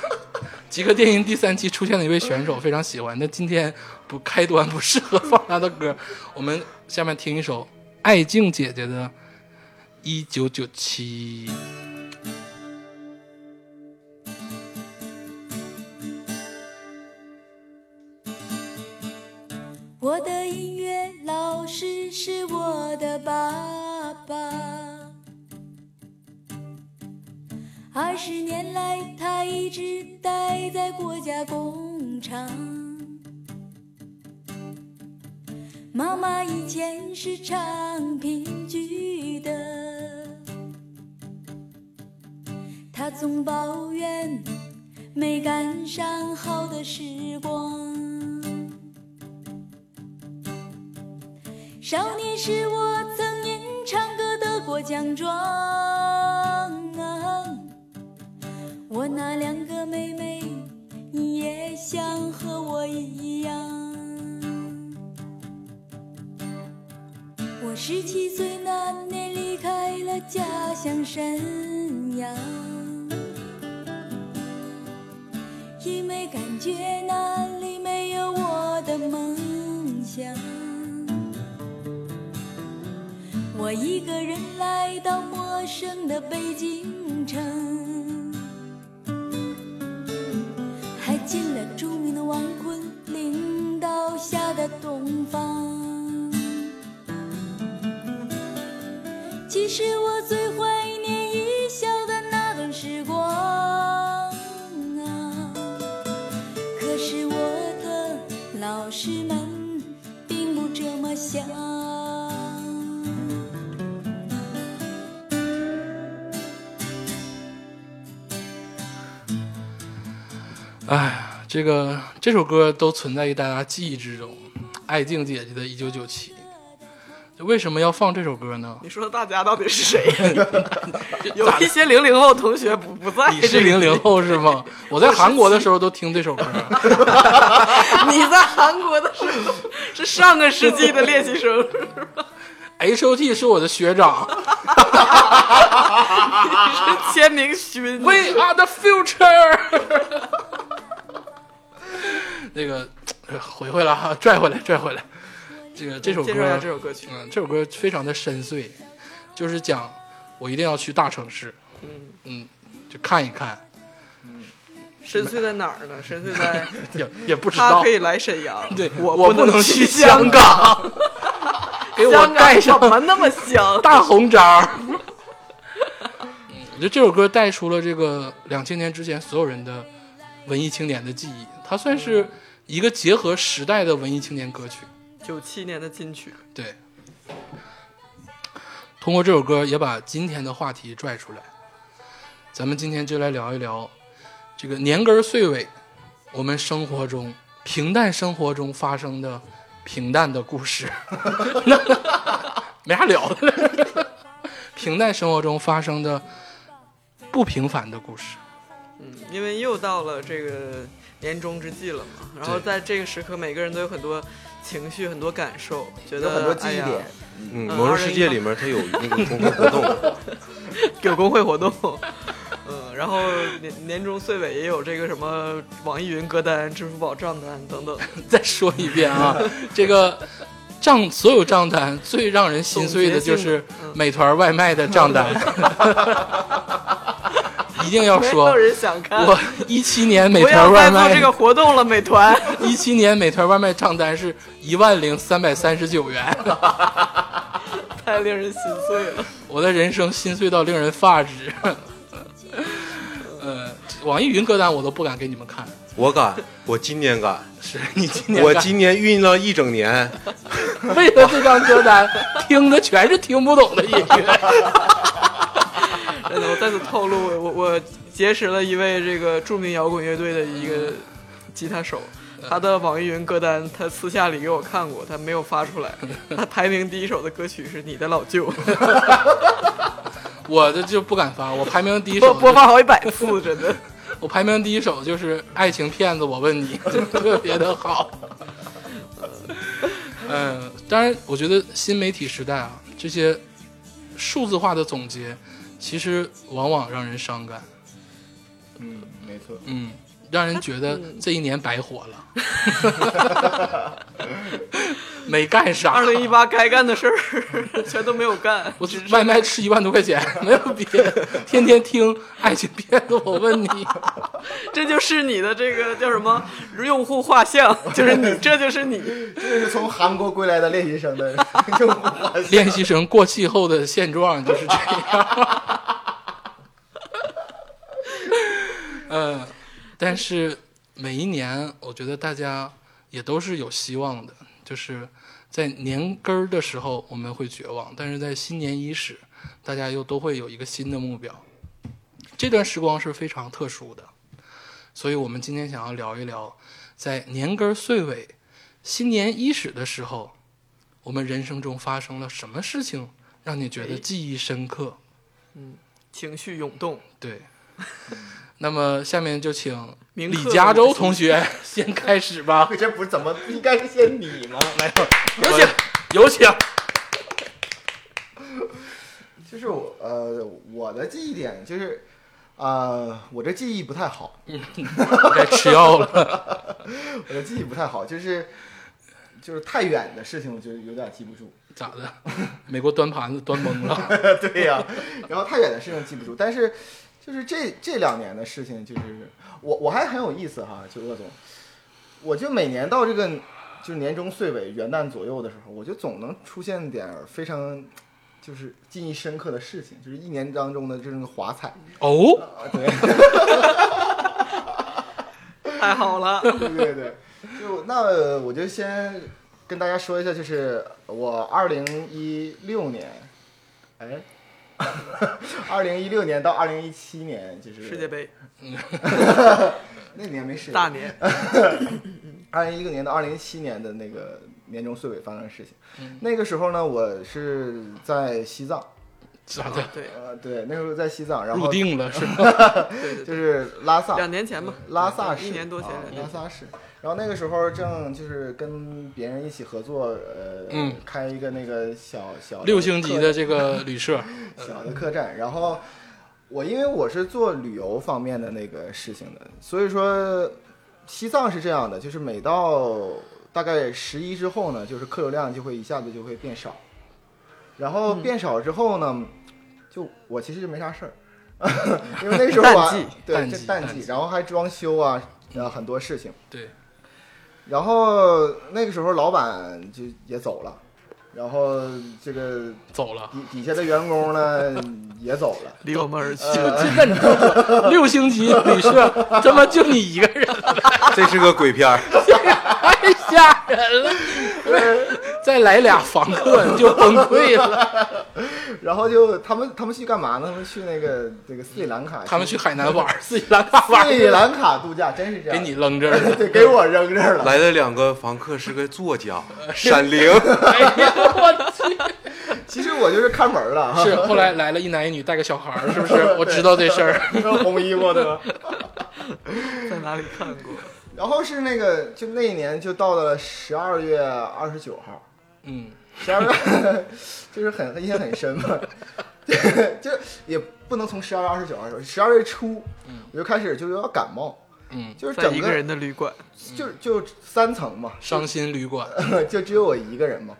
S1: 极客电音第三期出现了一位选手，非常喜欢。那今天不开端不适合放他的歌，我们下面听一首爱静姐姐的《一九九七》。
S5: 我的音乐老师是我的爸爸，二十年来，他一直待在国家工厂。妈妈以前是唱评剧的，她总抱怨没赶上好的时光。少年时我曾因唱歌得过奖状啊，我那两个妹妹也想和我一样。我十七岁那年离开了家乡沈阳，因为感觉那里没有我的梦想。我一个人来到陌生的北京城，还进了著名的王昆领导下的东方。啊其实我最怀念一笑的那段时光啊，可是我的老师们并不这么想。
S1: 哎，这个这首歌都存在于大家记忆之中。爱静姐姐的《一九九七》，为什么要放这首歌呢？
S2: 你说大家到底是谁？ 有一些零零后同学不不在，
S1: 你是零零，后是吗？我在韩国的时候都听这首歌，
S2: 你在韩国的时候是上个世纪的练习生，
S1: H O T 是我的学长啊
S2: 是千明勋。
S1: ，We are the future 。那个呃回回来哈，拽回来，拽回来。这个这首歌，
S2: 介绍一下这首歌曲。
S1: 嗯，这首歌非常的深邃，就是讲我一定要去大城市，
S2: 嗯，
S1: 嗯，就看一看，
S2: 深邃在哪儿呢？深邃在
S1: 也也 不知
S2: 他
S1: 道
S2: 可。以来沈阳，
S1: 对，
S2: 我
S1: 我
S2: 不
S1: 能
S2: 去
S1: 香
S2: 港。
S1: 港， 给我
S2: 香
S1: 盖
S2: 港
S1: 上
S2: 怎么那么香？
S1: 大红章儿。嗯， 我觉得这首歌带出了这个两千年之前所有人的文艺青年的记忆，它算是一个结合时代的文艺青年歌曲。
S2: 九七年的金曲，
S1: 对，通过这首歌也把今天的话题拽出来。咱们今天就来聊一聊这个年根儿岁尾，我们生活中平淡生活中发生的平淡的故事， 没啥聊的了。 平淡生活中发生的不平凡的故事，
S2: 嗯，因为又到了这个年终之际了嘛，然后
S1: 对
S2: 在这个时刻，每个人都有很多情绪、很多感受，觉
S3: 有
S2: 得
S3: 很多记忆点。
S2: 哎呀
S4: 嗯，
S2: 嗯
S4: 魔兽世界里面它有那个公共活动，
S2: 有工会活动， 嗯，然后年年终岁尾也有这个什么网易云歌单、支付宝账单等等，
S1: 再说一遍啊，这个账所有账单最让人心碎的就是
S2: 嗯
S1: 美团外卖的账 单，一定 要
S2: 没有
S1: 说，
S2: 人想看。
S1: 我一七年美
S2: 不
S1: 团
S2: 要
S1: 外
S2: 再做这
S1: 卖
S2: 个，活动了，美团。
S1: 一七年美团外卖账单是一万零三百三十九元，
S2: 太令人心碎了。
S1: 我的人生心碎到令人发指。呃，网易云歌单我都不敢给你们看，
S4: 我敢，我今年敢，
S1: 是你今年
S4: 我
S1: 干
S4: 今年酝酿一整年，
S1: 为了这张歌单听的全是听不懂的音乐，
S2: 真的，我再次透露，我我我结识了一位这个著名摇滚乐队的一
S1: 嗯
S2: 个吉他手，他的网易云歌单，他私下里给我看过，他没有发 出来。他排名第一首的歌曲是《你的老舅》，
S1: 我这就不敢发。我排名第一
S2: 播
S1: 首
S2: 播放好几百次，真 的。
S1: 我排名第一首就是《爱情骗子》，我问你， 特别的好。嗯，当然，我觉得新媒体时代啊，这些数字化的总结，其实往往让人伤感，
S3: 嗯，没错。
S1: 嗯，让人觉得
S2: 嗯
S1: 这一年白活了， 没干啥。
S2: 二零一八该干的 事儿全都没有干，
S1: 我只外卖吃一万多块钱，没有别的，天天听《爱情骗子》，我问你，
S2: 这就是你的这个叫什么用户画像，就是你，这就是你。
S3: 这是从韩国归来的练习生的 这种话术
S1: 练 习生过气后的现状就是这样。呃，但是每一年，我觉得大家也都是有希望的，就是在年根儿的时候我们会绝望，但是在新年伊始，大家又都会有一个新的目标。这段时光是非常特殊的，所以我们今天想要聊一聊，在年根儿岁尾、新年伊始的时候，我们人生中发生了什么事情，让你觉得记忆深刻？
S2: 情绪涌动，
S1: 对，那么下面就请
S2: 铭
S1: 李
S2: 刻
S1: 加
S2: 我
S1: 州
S2: 的
S1: 同学 先开始吧。
S3: 这不是怎么应该是先你吗？
S1: 来，有请，有请。
S3: 就是我呃，我的记忆点就是，呃，我这记忆不太好，
S1: 该吃药了。
S3: 我的记忆不太好，就是就是太远的事情，我就是有点记不住。
S1: 咋的？美国端盘子端懵了。
S3: 对呀、然后太远的事情记不住，但是就是这这两年的事情，就是我我还很有意思哈，就鄂总，我就每年到这个就是年终岁尾元旦左右的时候，我就总能出现点儿非常就是记忆深刻的事情，就是一年当中的这种华彩
S1: 哦，
S3: 啊，对。
S2: 太好 了，
S3: 对对对，就那我就先跟大家说一下，就是我二零一六年，哎， 二零一六年到二零一七年，就是
S2: 世界杯
S3: 那年没世界杯
S2: 大 年，啊
S3: 二零一六年到二零一七年的那个年终岁尾发生的事情。
S1: 嗯
S3: 那个时候呢，我是在西藏，
S1: 咋的？
S2: 对
S3: 呃，对，那时候在西藏，然
S1: 入
S3: 后
S1: 定了是吧？
S2: 对对
S3: 就
S2: 对，
S3: 是拉萨，呃
S2: 两年前吧，
S3: 拉萨市，
S2: 一年多前
S3: 啊
S2: 两
S3: 拉
S2: 年
S3: 萨市。然后那个时候正就是跟别人一起合作，呃，
S1: 嗯
S3: 开一个那个小小的
S1: 六星级的
S3: 客
S1: 这个旅社，
S3: 小的客栈。然后我因为我是做旅游方面的那个事情的，所以说西藏是这样的，就是每到大概十一之后呢，就是客流量就会一下子就会变少，然后
S1: 嗯
S3: 变少之后呢，就我其实就没啥事 儿，因为那时候我还
S2: 淡季
S3: 对
S1: 淡
S3: 这
S1: 季
S3: 淡
S1: 淡
S3: 季
S1: 季，
S3: 然后还装修啊，呃很多事情。
S1: 对，
S3: 然后那个时候老板就也走了，然后这个
S1: 走了。
S3: 底底下的员工呢也走了。
S2: 离我们而
S3: 呃
S2: 去，
S1: 这个你都说 六星级旅社，他妈就你一个人，
S4: 这是个鬼片 儿，
S1: 太吓人了！ 再来俩房客你就崩溃了。
S3: 然后就他们他们去干嘛呢？他们去那个这个斯里兰卡，
S1: 他们去海南玩儿，斯里兰卡玩
S3: 斯里
S1: 儿，
S3: 兰卡度假，真是这
S1: 给
S3: 样。
S1: 你扔这儿 了。
S3: 对，给我扔这儿了。
S4: 来了两个房客是个 作家，《闪灵》
S1: 哎呀， 我去！
S3: 其实我就是看门儿了，哈
S1: 是，后来来了一男一女带个小孩儿，是不是？我知道这 事儿。
S3: 穿红衣服的。呃
S2: 在哪里看过？
S3: 然后是那个，就那一年就到了十二月二十九号，
S1: 嗯，
S3: 十二月 就是很印象很深嘛， 就也不能从十二月二十九号说，十二月初我就开始就有点感冒，
S1: 嗯，
S3: 就是
S2: 在
S3: 整
S2: 一个人的旅馆，
S3: 就就三层嘛，
S1: 伤心旅馆，
S3: 就只有我一个人嘛，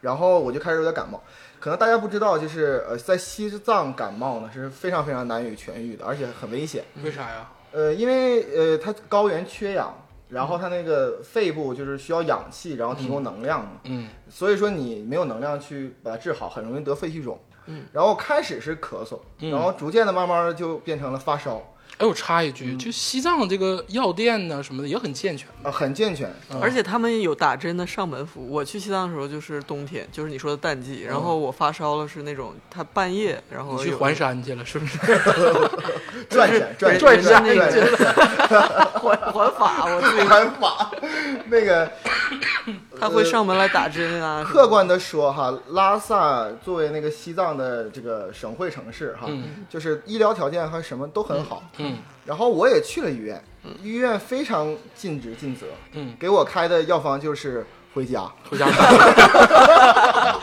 S3: 然后我就开始有点感冒。可能大家不知道，就是呃，在西藏感冒呢是非常非常难以痊愈的，而且很危险。
S1: 为啥呀？
S3: 呃，因为呃，它高原缺氧，然后它那个肺部就是需要氧气，然后提供能量嘛。
S1: 嗯
S3: 所以说你没有能量去把它治好，很容易得肺气肿。
S2: 嗯，
S3: 然后开始是咳嗽，
S1: 嗯
S3: 然后逐渐的慢慢的就变成了发烧，
S1: 哎，我插一
S3: 嗯
S1: 句，就西藏这个药店呢什么的也很健全，
S3: 啊，很健全。
S1: 嗯
S2: 而且他们有打针的上门服务。我去西藏的时候就是冬天，就是你说的淡季，
S3: 嗯
S2: 然后我发烧了是那种他半夜，然后
S1: 你
S3: 哎
S1: 去
S2: 有
S1: 环山去了 是不是？
S3: 转闪转
S1: 转
S3: 闪
S1: 山
S2: 那个
S3: 转
S2: 真
S3: 闪，
S2: 的环环法，我自己
S3: 环法， 那个
S2: 他会上门来打针啊。
S3: 客观的说哈，拉萨作为那个西藏的这个省会城市哈，
S1: 嗯
S3: 就是医疗条件和什么都很好。
S1: 嗯
S3: 然后我也去了医院，医院非常尽职尽责，
S1: 嗯，
S3: 给我开的药方就是回家。
S1: 回家吧。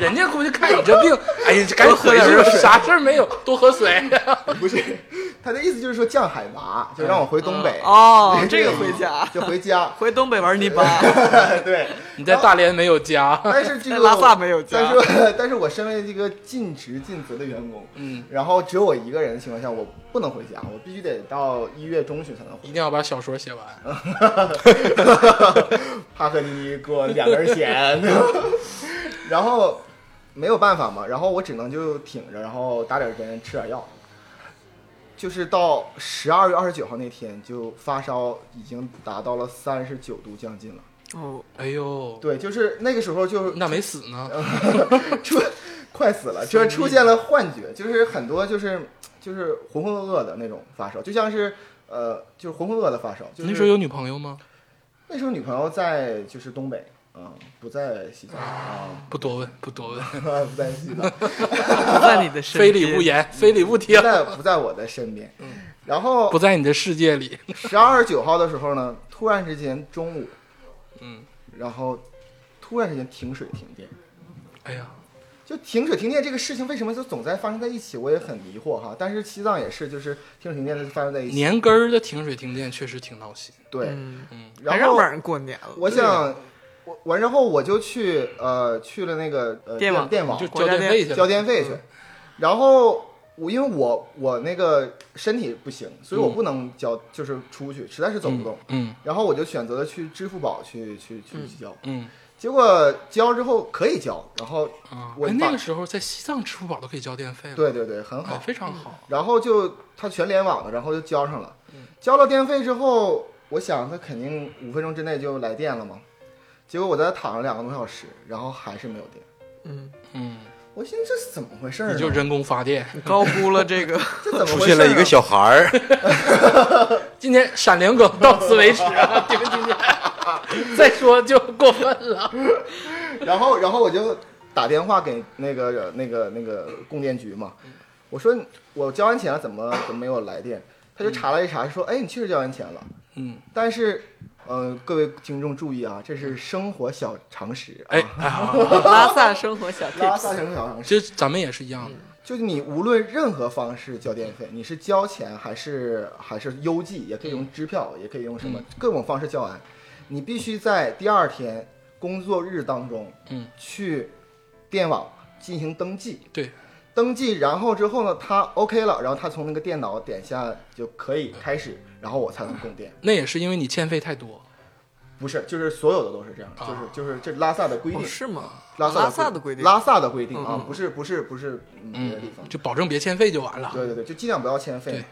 S1: 人家估计看你这病，哎呀，赶紧回
S3: 多喝
S1: 去
S3: 点热
S1: 吧，
S3: 水
S1: 啥事儿没有，多喝水。啊
S3: 不是，他的意思就是说降海拔，就让我回东北。，
S2: 哦 这个回家，
S3: 就回 家。
S2: 回东北玩泥巴，
S3: 对，
S1: 你在大连没有家，
S3: 但是这
S2: 在
S3: 个
S2: 拉萨没有家
S3: 但。是 但是我身为这个尽职尽责的员工，
S1: 嗯，
S3: 然后只有我一个人的情况下，我不能回家，我必须得到一月中旬才能回
S1: 一。定要把小说写完。
S3: 帕克尼尼给我两根弦， 然后没有办法嘛，然后我只能就挺着，然后打点针，吃点药。就是到十二月二十九号那天，就发烧已经达到了三十九度将近了。
S2: 哦，
S1: 哎呦，
S3: 对，嗯就是那个时候就
S1: 你咋没死呢？
S3: 出快死了，就是出现了幻觉，就是很多就是就是浑浑噩噩的那种发烧，就像是呃就是浑浑噩噩的发烧。就是、
S1: 那时候有女朋友吗？
S3: 那时候女朋友在就是东北，嗯，不在西藏啊，
S1: 不多问，不多问，
S3: 不在西 藏，
S2: 不在你的身
S1: 非
S2: 边，
S1: 礼勿言，非礼勿听
S3: 不，在不在我的身边。
S2: 嗯
S3: 然后
S1: 不在你的世界里。
S3: 十二月九号的时候呢，突然之间中午，
S1: 嗯，
S3: 然后突然之间停水停电，
S1: 哎呀，
S3: 就停水停电这个事情为什么就总在发生在一起，我也很迷惑哈。但是西藏也是，就是停水停电的发生在一起，
S1: 年根儿的停水停电确实挺闹心。
S3: 对。
S2: 嗯，
S3: 然
S2: 还让
S3: 后
S2: 晚上过年了，
S3: 我想，我我然后我就去呃去了那个呃
S2: 电网
S3: 电
S1: 你
S3: 网
S1: 就
S2: 国
S1: 哦交
S2: 家
S1: 电
S2: 电
S1: 费去
S3: 交
S1: 了，
S3: 电费去，然后我因为我我那个身体不行，所以我不能交，就是出去实在是走不动，
S1: 嗯
S3: 然后我就选择了去支付宝去去去去交。
S1: 嗯
S3: 结果交之后可以交，然后
S1: 啊，
S3: 我
S1: 哎，
S3: 把
S1: 那个时候在西藏支付宝都可以交电费了，
S3: 对对对，很
S1: 哎，
S3: 好。
S1: 非常好。
S3: 然后就它全联网的，然后就交上了。交了电费之后，我想它肯定五分钟之内就来电了嘛。结果我在那躺了两个多小时，然后还是没有电。
S2: 嗯，
S1: 嗯，啊
S3: 我寻思这是怎么回事儿呢？啊
S1: 你就人工发电。
S2: 你高估了这 个，
S3: 这怎么
S4: 出
S3: 回事
S4: 现
S3: 儿呢啊
S4: 了一个小 孩儿，
S1: 今天闪灵梗到此为止啊， 你们今天再说就过分了。
S3: 然后然后我就打电话给那个那个那个供电局嘛，
S1: 嗯
S3: 我说我交完钱了，怎么怎么没有来电？他就查了一查，说哎，你确实交完钱了，
S1: 嗯，
S3: 但是。呃，各位听众注意啊，这是生活小常识、啊。
S1: 哎，哎好，
S2: 拉萨生活小
S3: 拉萨
S2: tips，
S3: 生活小常识，
S1: 这咱们也是一样的。
S3: 就是你无论任何方式交电费，你是交钱还是还是邮寄，也可以用支票，也可以用什么各种方式交完，你必须在第二天工作日当中，
S1: 嗯，
S3: 去电网进行登记。
S1: 对，
S3: 登记，然后之后呢，他 OK 了，然后他从那个电脑点下就可以开始，然后我才能供电。
S1: 那也是因为你欠费太多。
S3: 不是，就是所有的都是这样，
S1: 啊
S3: 就是就是这拉萨的规定
S2: 哦，，是吗？
S3: 拉
S2: 拉
S3: 萨
S2: 萨的规定，
S3: 拉萨的规定啊
S2: 嗯，
S3: 不是不是不是嗯别的地方
S1: 嗯，，就保证别欠费就完了。
S3: 对对对，就尽量不要欠费
S1: 对。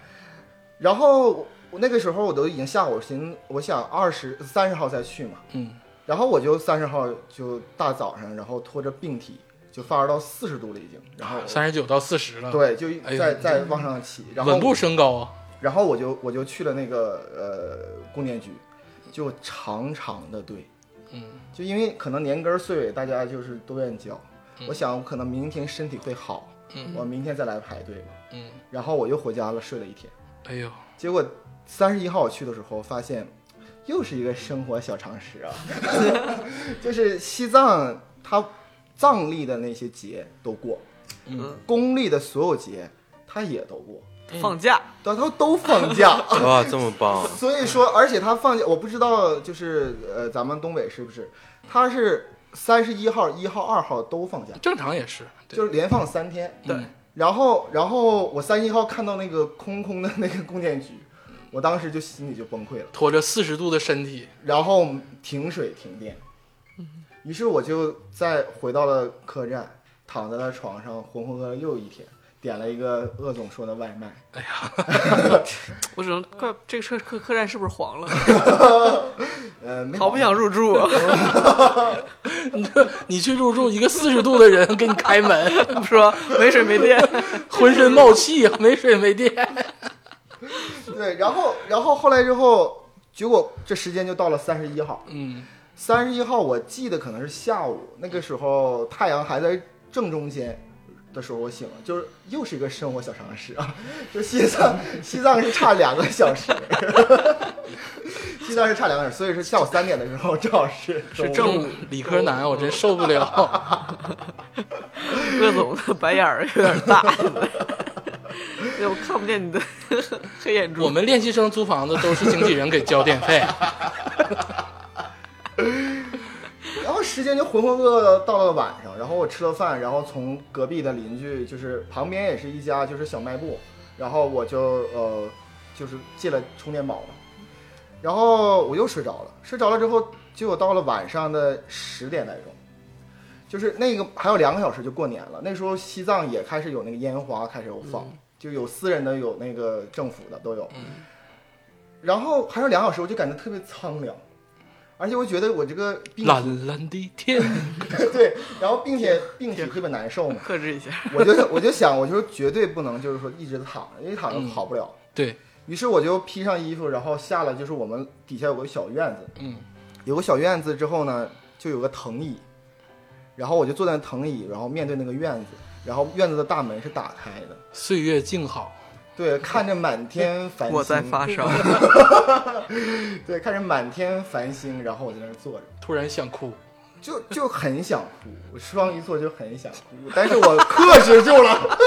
S3: 然后我那个时候我都已经下午，我寻我想二十三十号再去嘛，
S1: 嗯，
S3: 然后我就三十号就大早上，然后拖着病体就发烧到四十度了已经，然后
S1: 三十九到四十了，
S3: 对就
S1: 哎呦
S3: 再再往上起，然后
S1: 稳步升高啊。
S3: 然后我就我就去了那个呃供电局，就长长的队，
S1: 嗯，
S3: 就因为可能年根儿岁尾大家就是都愿意交，
S1: 嗯
S3: 我想我可能明天身体会好，
S1: 嗯
S3: 我明天再来排队，
S1: 嗯，
S3: 然后我又回家了睡了一天。
S1: 哎呦，
S3: 结果三十一号我去的时候，发现又是一个生活小常识啊，就是西藏它藏历的那些节都过，
S2: 嗯，
S3: 公历的所有节它也都过，
S2: 放假，
S3: 但它都放 假。
S4: 哇，这么棒！
S3: 所以说，而且它放假，我不知道就是呃，咱们东北是不是？它是三十一号、一号、二号都放假，
S1: 正常也是。对
S3: 就是连放三天。
S2: 对
S1: 嗯
S3: 然后，然后我三十一号看到那个空空的那个供电局，我当时就心里就崩溃了。
S1: 拖着四十度的身体，
S3: 然后停水停电，于是我就再回到了客栈，躺在了床上浑浑噩噩又一天，点了一个鄂总说的外卖，
S2: 我只能怪 这个车客客栈是不是 黄了？
S3: 呃，没
S2: 好不想入住啊！
S1: 你去入住一个四十度的人给你开门，
S2: 说没水没电，
S1: 浑身冒气，没水没电。
S3: 对，然后然后后来之后，结果这时间就到了三十一号，
S1: 嗯
S3: 三十一号我记得可能是下午，那个时候太阳还在正中间。的时候我醒了，就是又是一个生活小常识啊， 就西藏 西藏是差两个小时， 西藏是差两个小时，所以说下午三点的时候正好是
S2: 是
S3: 午。
S2: 正午，
S1: 理科男，我真受不了。
S2: 鄂总的 白眼儿有点大，对，我看不见你的 黑眼珠。
S1: 我们练习生租房子都是经纪人给交电费，
S3: 然后时间就浑浑噩噩的到了晚上，然后我吃了饭，然后从隔壁的邻居，就是旁边也是一家就是小卖部，然后我就呃就是借了充电宝嘛，然后我又睡着了，睡着了之后，结果到了晚上的十点来钟，就是那个还有两个小时就过年了，那时候西藏也开始有那个烟花开始有放，就有私人的，有那个政府的都有。然后还有两小时，我就感觉特别苍凉，而且我觉得我这个病体
S1: 蓝蓝的天，
S3: 对，然后并且病体特别难受嘛，
S2: 克制一下，
S3: 我就我就想，我就说绝对不能就是说一直躺着，因为躺着
S1: 嗯
S3: 好不了。
S1: 对，
S3: 于是我就披上衣服，然后下来就是我们底下有个小院子，
S1: 嗯
S3: 有个小院子之后呢，就有个藤椅，然后我就坐在藤椅，然后面对那个院子，然后院子的大门是打开的，
S1: 岁月静好，
S3: 对，看着满天繁星，
S2: 我在发烧，
S3: 嗯对，看着满天繁星，然后我在那儿坐着，
S1: 突然想哭，
S3: 就就很想哭，我双鱼座就很想哭，但是我克制住了，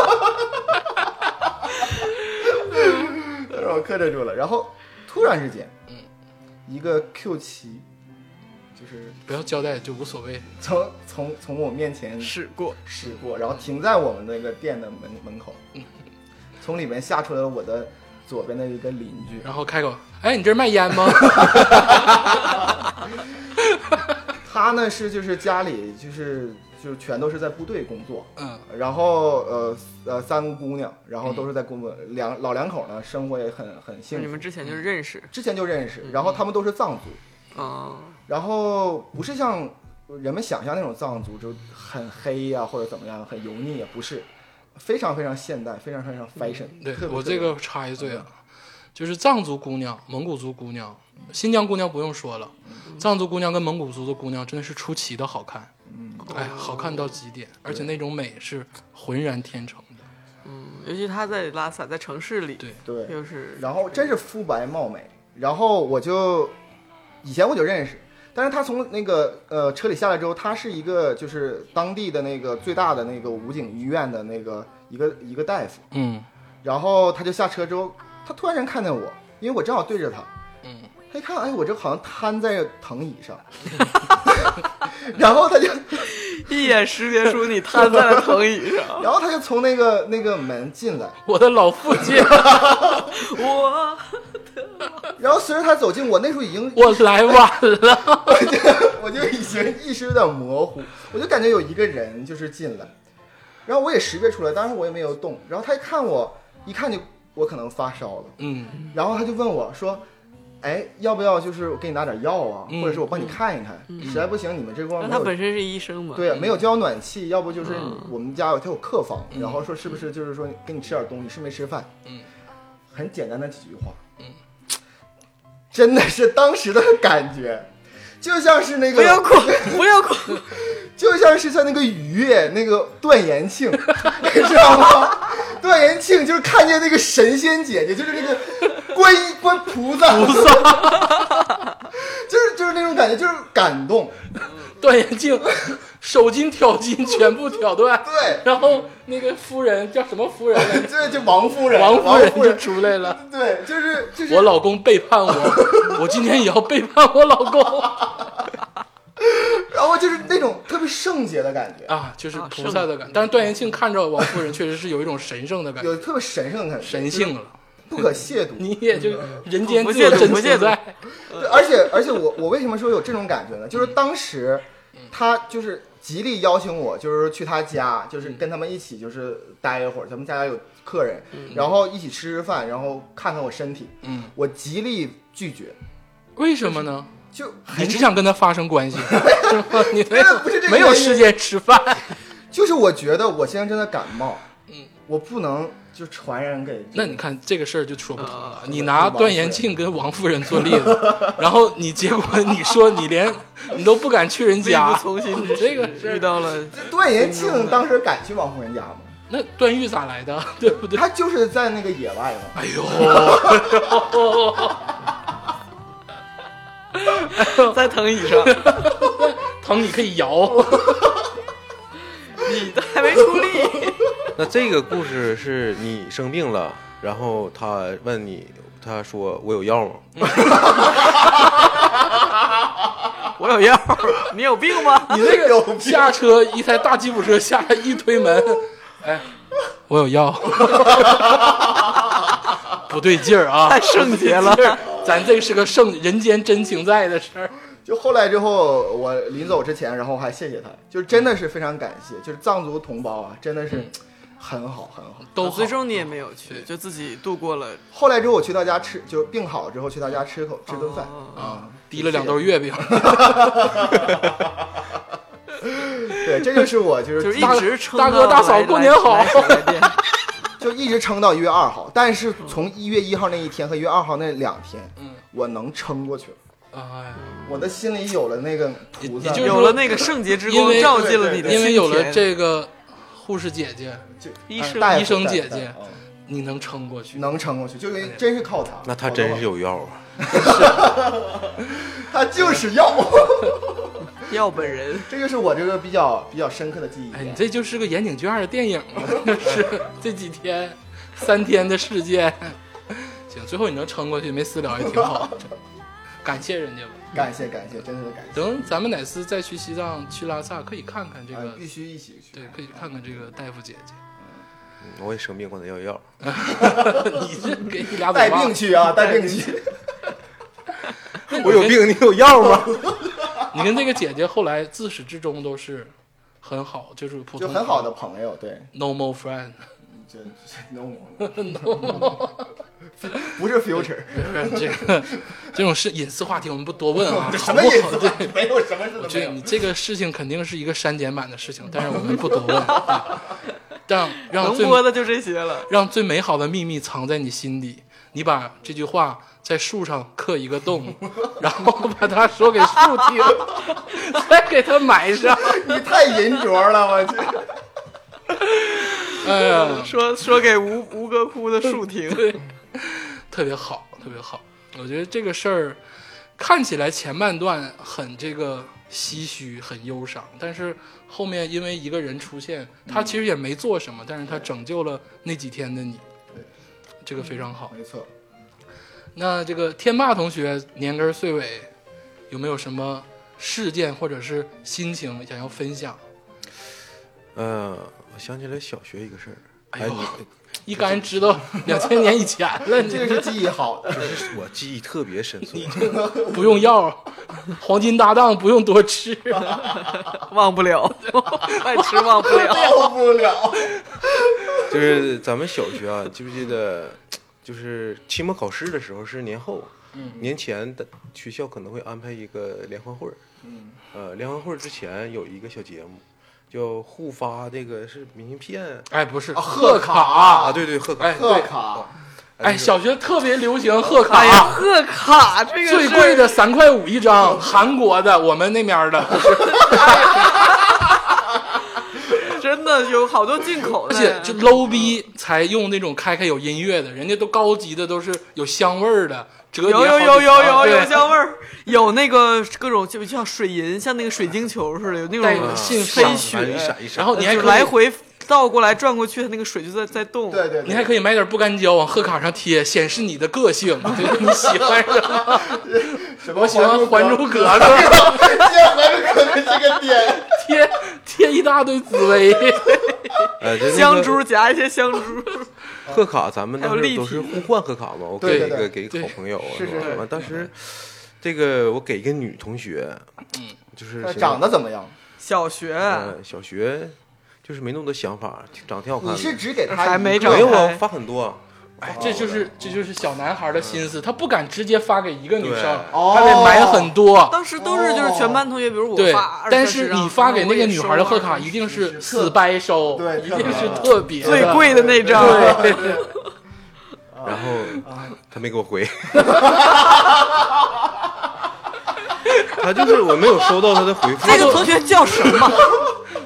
S3: 但是我克制住了，然后突然之间，一个 Q 七，就是
S1: 不要交代就无所谓。
S3: 从从从我面前
S2: 试过，
S3: 驶过，然后停在我们那个店的门门口，从里面吓出来了我的左边的一个邻居，
S1: 然后开口，哎，你这儿卖烟吗？
S3: 他呢是就是家里就是就是全都是在部队工作，
S1: 嗯
S3: 然后呃呃三个姑娘，然后都是在工作，两老两口呢生活也很很
S2: 就
S3: 幸
S2: 你
S3: 福，
S2: 们之前就认识
S3: 之前就认识，
S1: 嗯
S3: 然后他们都是藏族，
S2: 啊，
S3: 然后不是像人们想象那种藏族就很黑呀、或者怎么样很油腻啊，不是。非常非常现代，非常非常 fashion 特别。
S1: 嗯对
S3: 特别
S1: 我这个插一嘴啊，就是藏族姑娘、蒙古族姑娘、新疆姑娘不用说了，藏族姑娘跟蒙古族的姑娘真的是出奇的好看，哎，好看到极点，而且那种美是浑然天成的。
S2: 嗯尤其他在拉萨，在城市里，
S1: 对
S3: 对，
S2: 就是
S3: 然后真是肤白貌美。然后我就以前我就认识，但是他从那个呃车里下来之后，他是一个就是当地的那个最大的那个武警医院的那个一个一个大夫。
S1: 嗯
S3: 然后他就下车之后，他突然间看见我，因为我正好对着他，
S1: 嗯，
S3: 他一看，哎，我这好像瘫在藤椅上， 然后他就，
S2: 一眼识别出你瘫在了藤椅 上，
S3: 然后他就从那个那个门进来，
S1: 我的老父亲，
S2: 我
S3: 然后随着他走近，我那时候已经
S1: 我来晚了。嗯
S3: 我就已经意识有点模糊，我就感觉有一个人就是进来，然后我也识别出来，当时我也没有动，然后他一看我，一看就我可能发烧了，
S1: 嗯，
S3: 然后他就问我说，哎，要不要就是我给你拿点药啊，
S1: 嗯
S3: 或者是我帮你看一看，实在不行你们这块
S2: 嗯那
S3: 儿
S2: 他
S3: 没
S2: 本
S3: 有。
S2: 身是医生嘛，
S3: 对，啊没有交暖气，要不就是
S2: 嗯
S3: 我们家有他有客房，然后说是不是就是说给你吃点东西，吃没吃饭？
S1: 嗯，
S3: 很简单的几句话，嗯，真的是当时的感觉，就像是那个
S2: 不要哭，不 要哭，
S3: 就像是像那个鱼，那个段延 庆，你知道吗？段延庆就是看见那个神仙姐姐，就是那个观音观菩萨，菩萨， 就是就是那种感觉，就是感动。
S1: 段延庆，手筋挑筋全部挑断。
S3: 对
S1: 然后那个夫人叫什么夫人来着？
S3: 这就王夫人，
S1: 王
S3: 夫
S1: 夫人就出来了。
S3: 对，就是就是
S1: 我老公背叛我，我今天也要背叛我老公
S3: 然后就是那种特别圣洁的感觉，
S1: 啊！就是菩萨的感觉。但是段延庆看着王夫人，确实是有一种神圣的感觉，
S3: 有特别神圣的感觉，
S1: 神性了。
S3: 不可亵渎。
S1: 你也就人间自有真情
S2: 不见得不见得
S1: 在。
S3: 对，而且而且我我为什么说有这种感觉呢？
S1: 嗯
S3: 就是当时他就是极力邀请我，就是去他家，就是跟他们一起就是待一会儿，他们家有客人，然后一起吃吃饭，然后看看我身体。
S1: 嗯，
S3: 我极力拒绝，
S1: 为什么呢？
S3: 就
S1: 你只想跟他发生关系，是吗？你没
S3: 真的
S1: 有
S3: 不是这个
S1: 没有
S3: 原因
S1: 时间吃饭，
S3: 就是我觉得我现在真的感冒，
S1: 嗯，
S3: 我不能就传染给
S1: 那你看这个事儿就说不通了
S2: 啊。
S1: 你拿段延庆跟王夫人做例子， 然后你结果你说你连你都不敢去人
S2: 力
S1: 家
S2: 不，从心之时，
S1: 这个是
S2: 遇到了
S3: 这段延庆当时敢去王夫人家吗？
S1: 那段誉咋来的？ 对不对？
S3: 他就是在那个野外嘛，
S1: 哎呦，
S2: 在藤椅上，
S1: 疼你可以摇。
S2: 你都还没出力，
S4: 那这个故事是你生病了，然后他问你，他说我有药吗？
S2: 我有药，你有病吗？
S1: 你那啊个下车一台大吉普车下来一推门，哎，我有药， 不对劲儿啊，
S2: 太圣洁 了
S1: 不对劲儿咱这是个圣人间真情在的事儿。
S3: 就后来之后，我
S1: 嗯
S3: 临走之前，然后我还谢谢他，就真的是非常感谢，就是藏族同胞啊，真的是很好很好。
S1: 都好
S2: 最终你也没有去，
S1: 对
S2: 就自己度过了
S3: 后来之后我去他家吃，就病好之后去他家吃口吃顿饭
S2: 哦
S1: 啊，提了两兜月饼，
S3: 对，这就是我就是
S2: 就是一
S1: 大
S2: 直撑
S1: 大哥
S2: 到
S1: 大嫂
S2: 来
S1: 过年好
S2: 来来来电
S3: 就一直撑到一月二号，但是从一月一号那一天和一月二号那两天，
S1: 嗯，
S3: 我能撑过去了，
S1: 哎，
S3: 我的心里有了那个菩萨，
S1: 也 就是
S2: 有了那个圣洁之光
S1: 因为
S2: 照进了你的心田，
S1: 因为有嗯了这个护士姐姐，
S2: 医生
S3: 呃大夫
S1: 医生
S3: 大夫
S1: 姐姐
S3: 大夫
S1: 你能撑过去。
S3: 能撑过去，就因为真是靠他。
S4: 那他真是，有药啊！
S3: 他就是要 我，
S2: 药本人，
S3: 这就是我这个比较比较深刻的记忆
S1: 哎，你
S3: 点。
S1: 这就是个眼井卷儿的电影啊，是这几天三天的事件。行，最后你能撑过去，没私聊也挺好的，感谢人家吧。
S3: 感谢感谢，真的是感谢。
S1: 等咱们哪次再去西藏、去拉萨，可以看看这
S3: 啊
S1: 个，
S3: 必须一起去
S1: 对，可以看看这个大夫姐姐。
S4: 嗯我也生病，管他要药。
S1: 你这给你俩
S3: 带
S1: 嘴巴
S3: 病，去啊，带病去。
S4: 我有病，你有药吗？
S1: 你跟这个姐姐后来自始至终都是很好，就是普
S3: 就
S1: 通
S3: 很好的朋友，对，
S1: normal friend。
S3: 就就 no no no，不是 future，
S1: 这个这种是隐私话题，我们不多问 啊，
S3: 什
S1: 好不
S3: 么
S1: 好
S3: 意思？？
S1: 对，
S3: 没有什么事
S1: 我
S3: 都没
S1: 觉
S3: 有
S1: 得你。这个事情肯定是一个删减版的事情，但是我们不多问， 啊让让
S2: 能
S1: 啊最
S2: 播的就这些了。
S1: 让最美好的秘密藏在你心底。你把这句话在树上刻一个洞， 然后把它说给树听， 再给它埋上。
S3: 你太银镯了，我去。
S1: 哎呀，
S2: 说说给吴吴哥窟的树听，
S1: 特别好，特别好。我觉得这个事儿看起来前半段很这个唏嘘、很忧伤，但是后面因为一个人出现，他其实也没做什么，但是他拯救了那几天的你
S3: 对，
S1: 这个非常好。
S3: 没错，
S1: 那这个天霸同学年根儿岁尾有没有什么事件或者是心情想要分享？
S4: 嗯，我想起来小学一个事儿。
S1: 哎
S4: 哎，
S1: 呦
S4: 你
S1: 一竿知道两千年以前了，你
S3: 这个是记忆好的。
S4: 就是我记忆特别深刻。
S1: 不用药，黄金搭档不用多吃。
S2: 忘不了， 爱吃忘不了。
S3: 受不了，
S4: 就是咱们小学啊，记不记得？就是期末考试的时候是年后，年前的学校可能会安排一个联欢会儿。
S3: 嗯，
S4: 呃，联欢会儿之前有一个小节目，叫互发这个是明信片
S1: 哎，不是
S3: 贺
S4: 啊，
S3: 卡，
S4: 对对，贺卡。
S1: 哎，
S3: 贺
S1: 对，
S3: 卡，
S1: 哎，小学特别流行贺卡
S2: 哎呀， 贺卡这个
S1: 最
S2: 事儿
S1: 贵的三块五一张，韩国的，我们那面儿的，
S2: 真的有好多进口
S1: 而
S2: 的，
S1: 且就 low 逼才用那种开开有音乐的，人家都高级的，都是有香味儿的，折叠
S2: 有
S1: 好
S2: 有
S1: 几
S2: 有有有
S1: 层
S2: 有
S1: 对
S2: 香味儿，有那个各种就像水银，像那个水晶球似的，有那
S1: 带
S4: 嗯
S2: 种
S1: 有信
S2: 飞
S1: 赏
S2: 雪，
S4: 啊哎一闪一闪。
S1: 然后嗯你还
S2: 就
S1: 可以
S2: 来回倒过来转过去，它那个水就在在动。
S3: 对对，
S1: 你还可以买点不干胶往贺卡上贴，显示你的个 性，对你喜欢
S3: 什
S1: 什么？
S3: 么
S1: 我喜欢《还珠 格格》
S3: 格》，喜欢《还珠格格》这个点，
S1: 贴贴一大堆紫薇，
S4: 呃，就是那
S2: 香
S4: 个
S2: 珠夹一些香珠，
S4: 贺卡，咱们
S2: 还
S4: 当
S2: 有立
S4: 时都是互换贺卡嘛，我
S3: 对对
S4: 给一个
S3: 对
S4: 给一个好朋友，
S3: 是
S4: 吧
S3: 是是
S4: 完当时这个我给一个女同学，就是
S3: 呃长得怎么样？
S2: 小学
S1: 嗯
S4: 呃小学就是没那么多想法，长得挺好看
S3: 你
S4: 的。
S3: 是只给他
S2: 还没
S3: 一个
S2: 长
S4: 没有
S2: 开
S4: 啊，发很多，
S1: 哎，这就是这就是小男孩的心思，他不敢直接发给一个女
S4: 对
S1: 生，
S3: 哦
S1: 他得买很多。
S2: 当时都是就是全班同学，比如哦我
S1: 对
S2: 发二，
S1: 但
S2: 三十
S1: 是
S2: 张
S1: 你发给那个女孩的贺
S2: 然后
S1: 卡
S2: 啊我也
S1: 一定
S3: 是
S1: 是
S3: 特
S1: 死掰收，
S3: 对
S1: 一
S3: 特
S1: 定
S3: 别
S1: 是
S3: 的
S1: 特别
S2: 收了最
S1: 的
S2: 贵的那张，
S4: 然
S3: 啊
S4: 后他没给我回， 他就是我没有收到他的回复，
S2: 这个同学叫什么？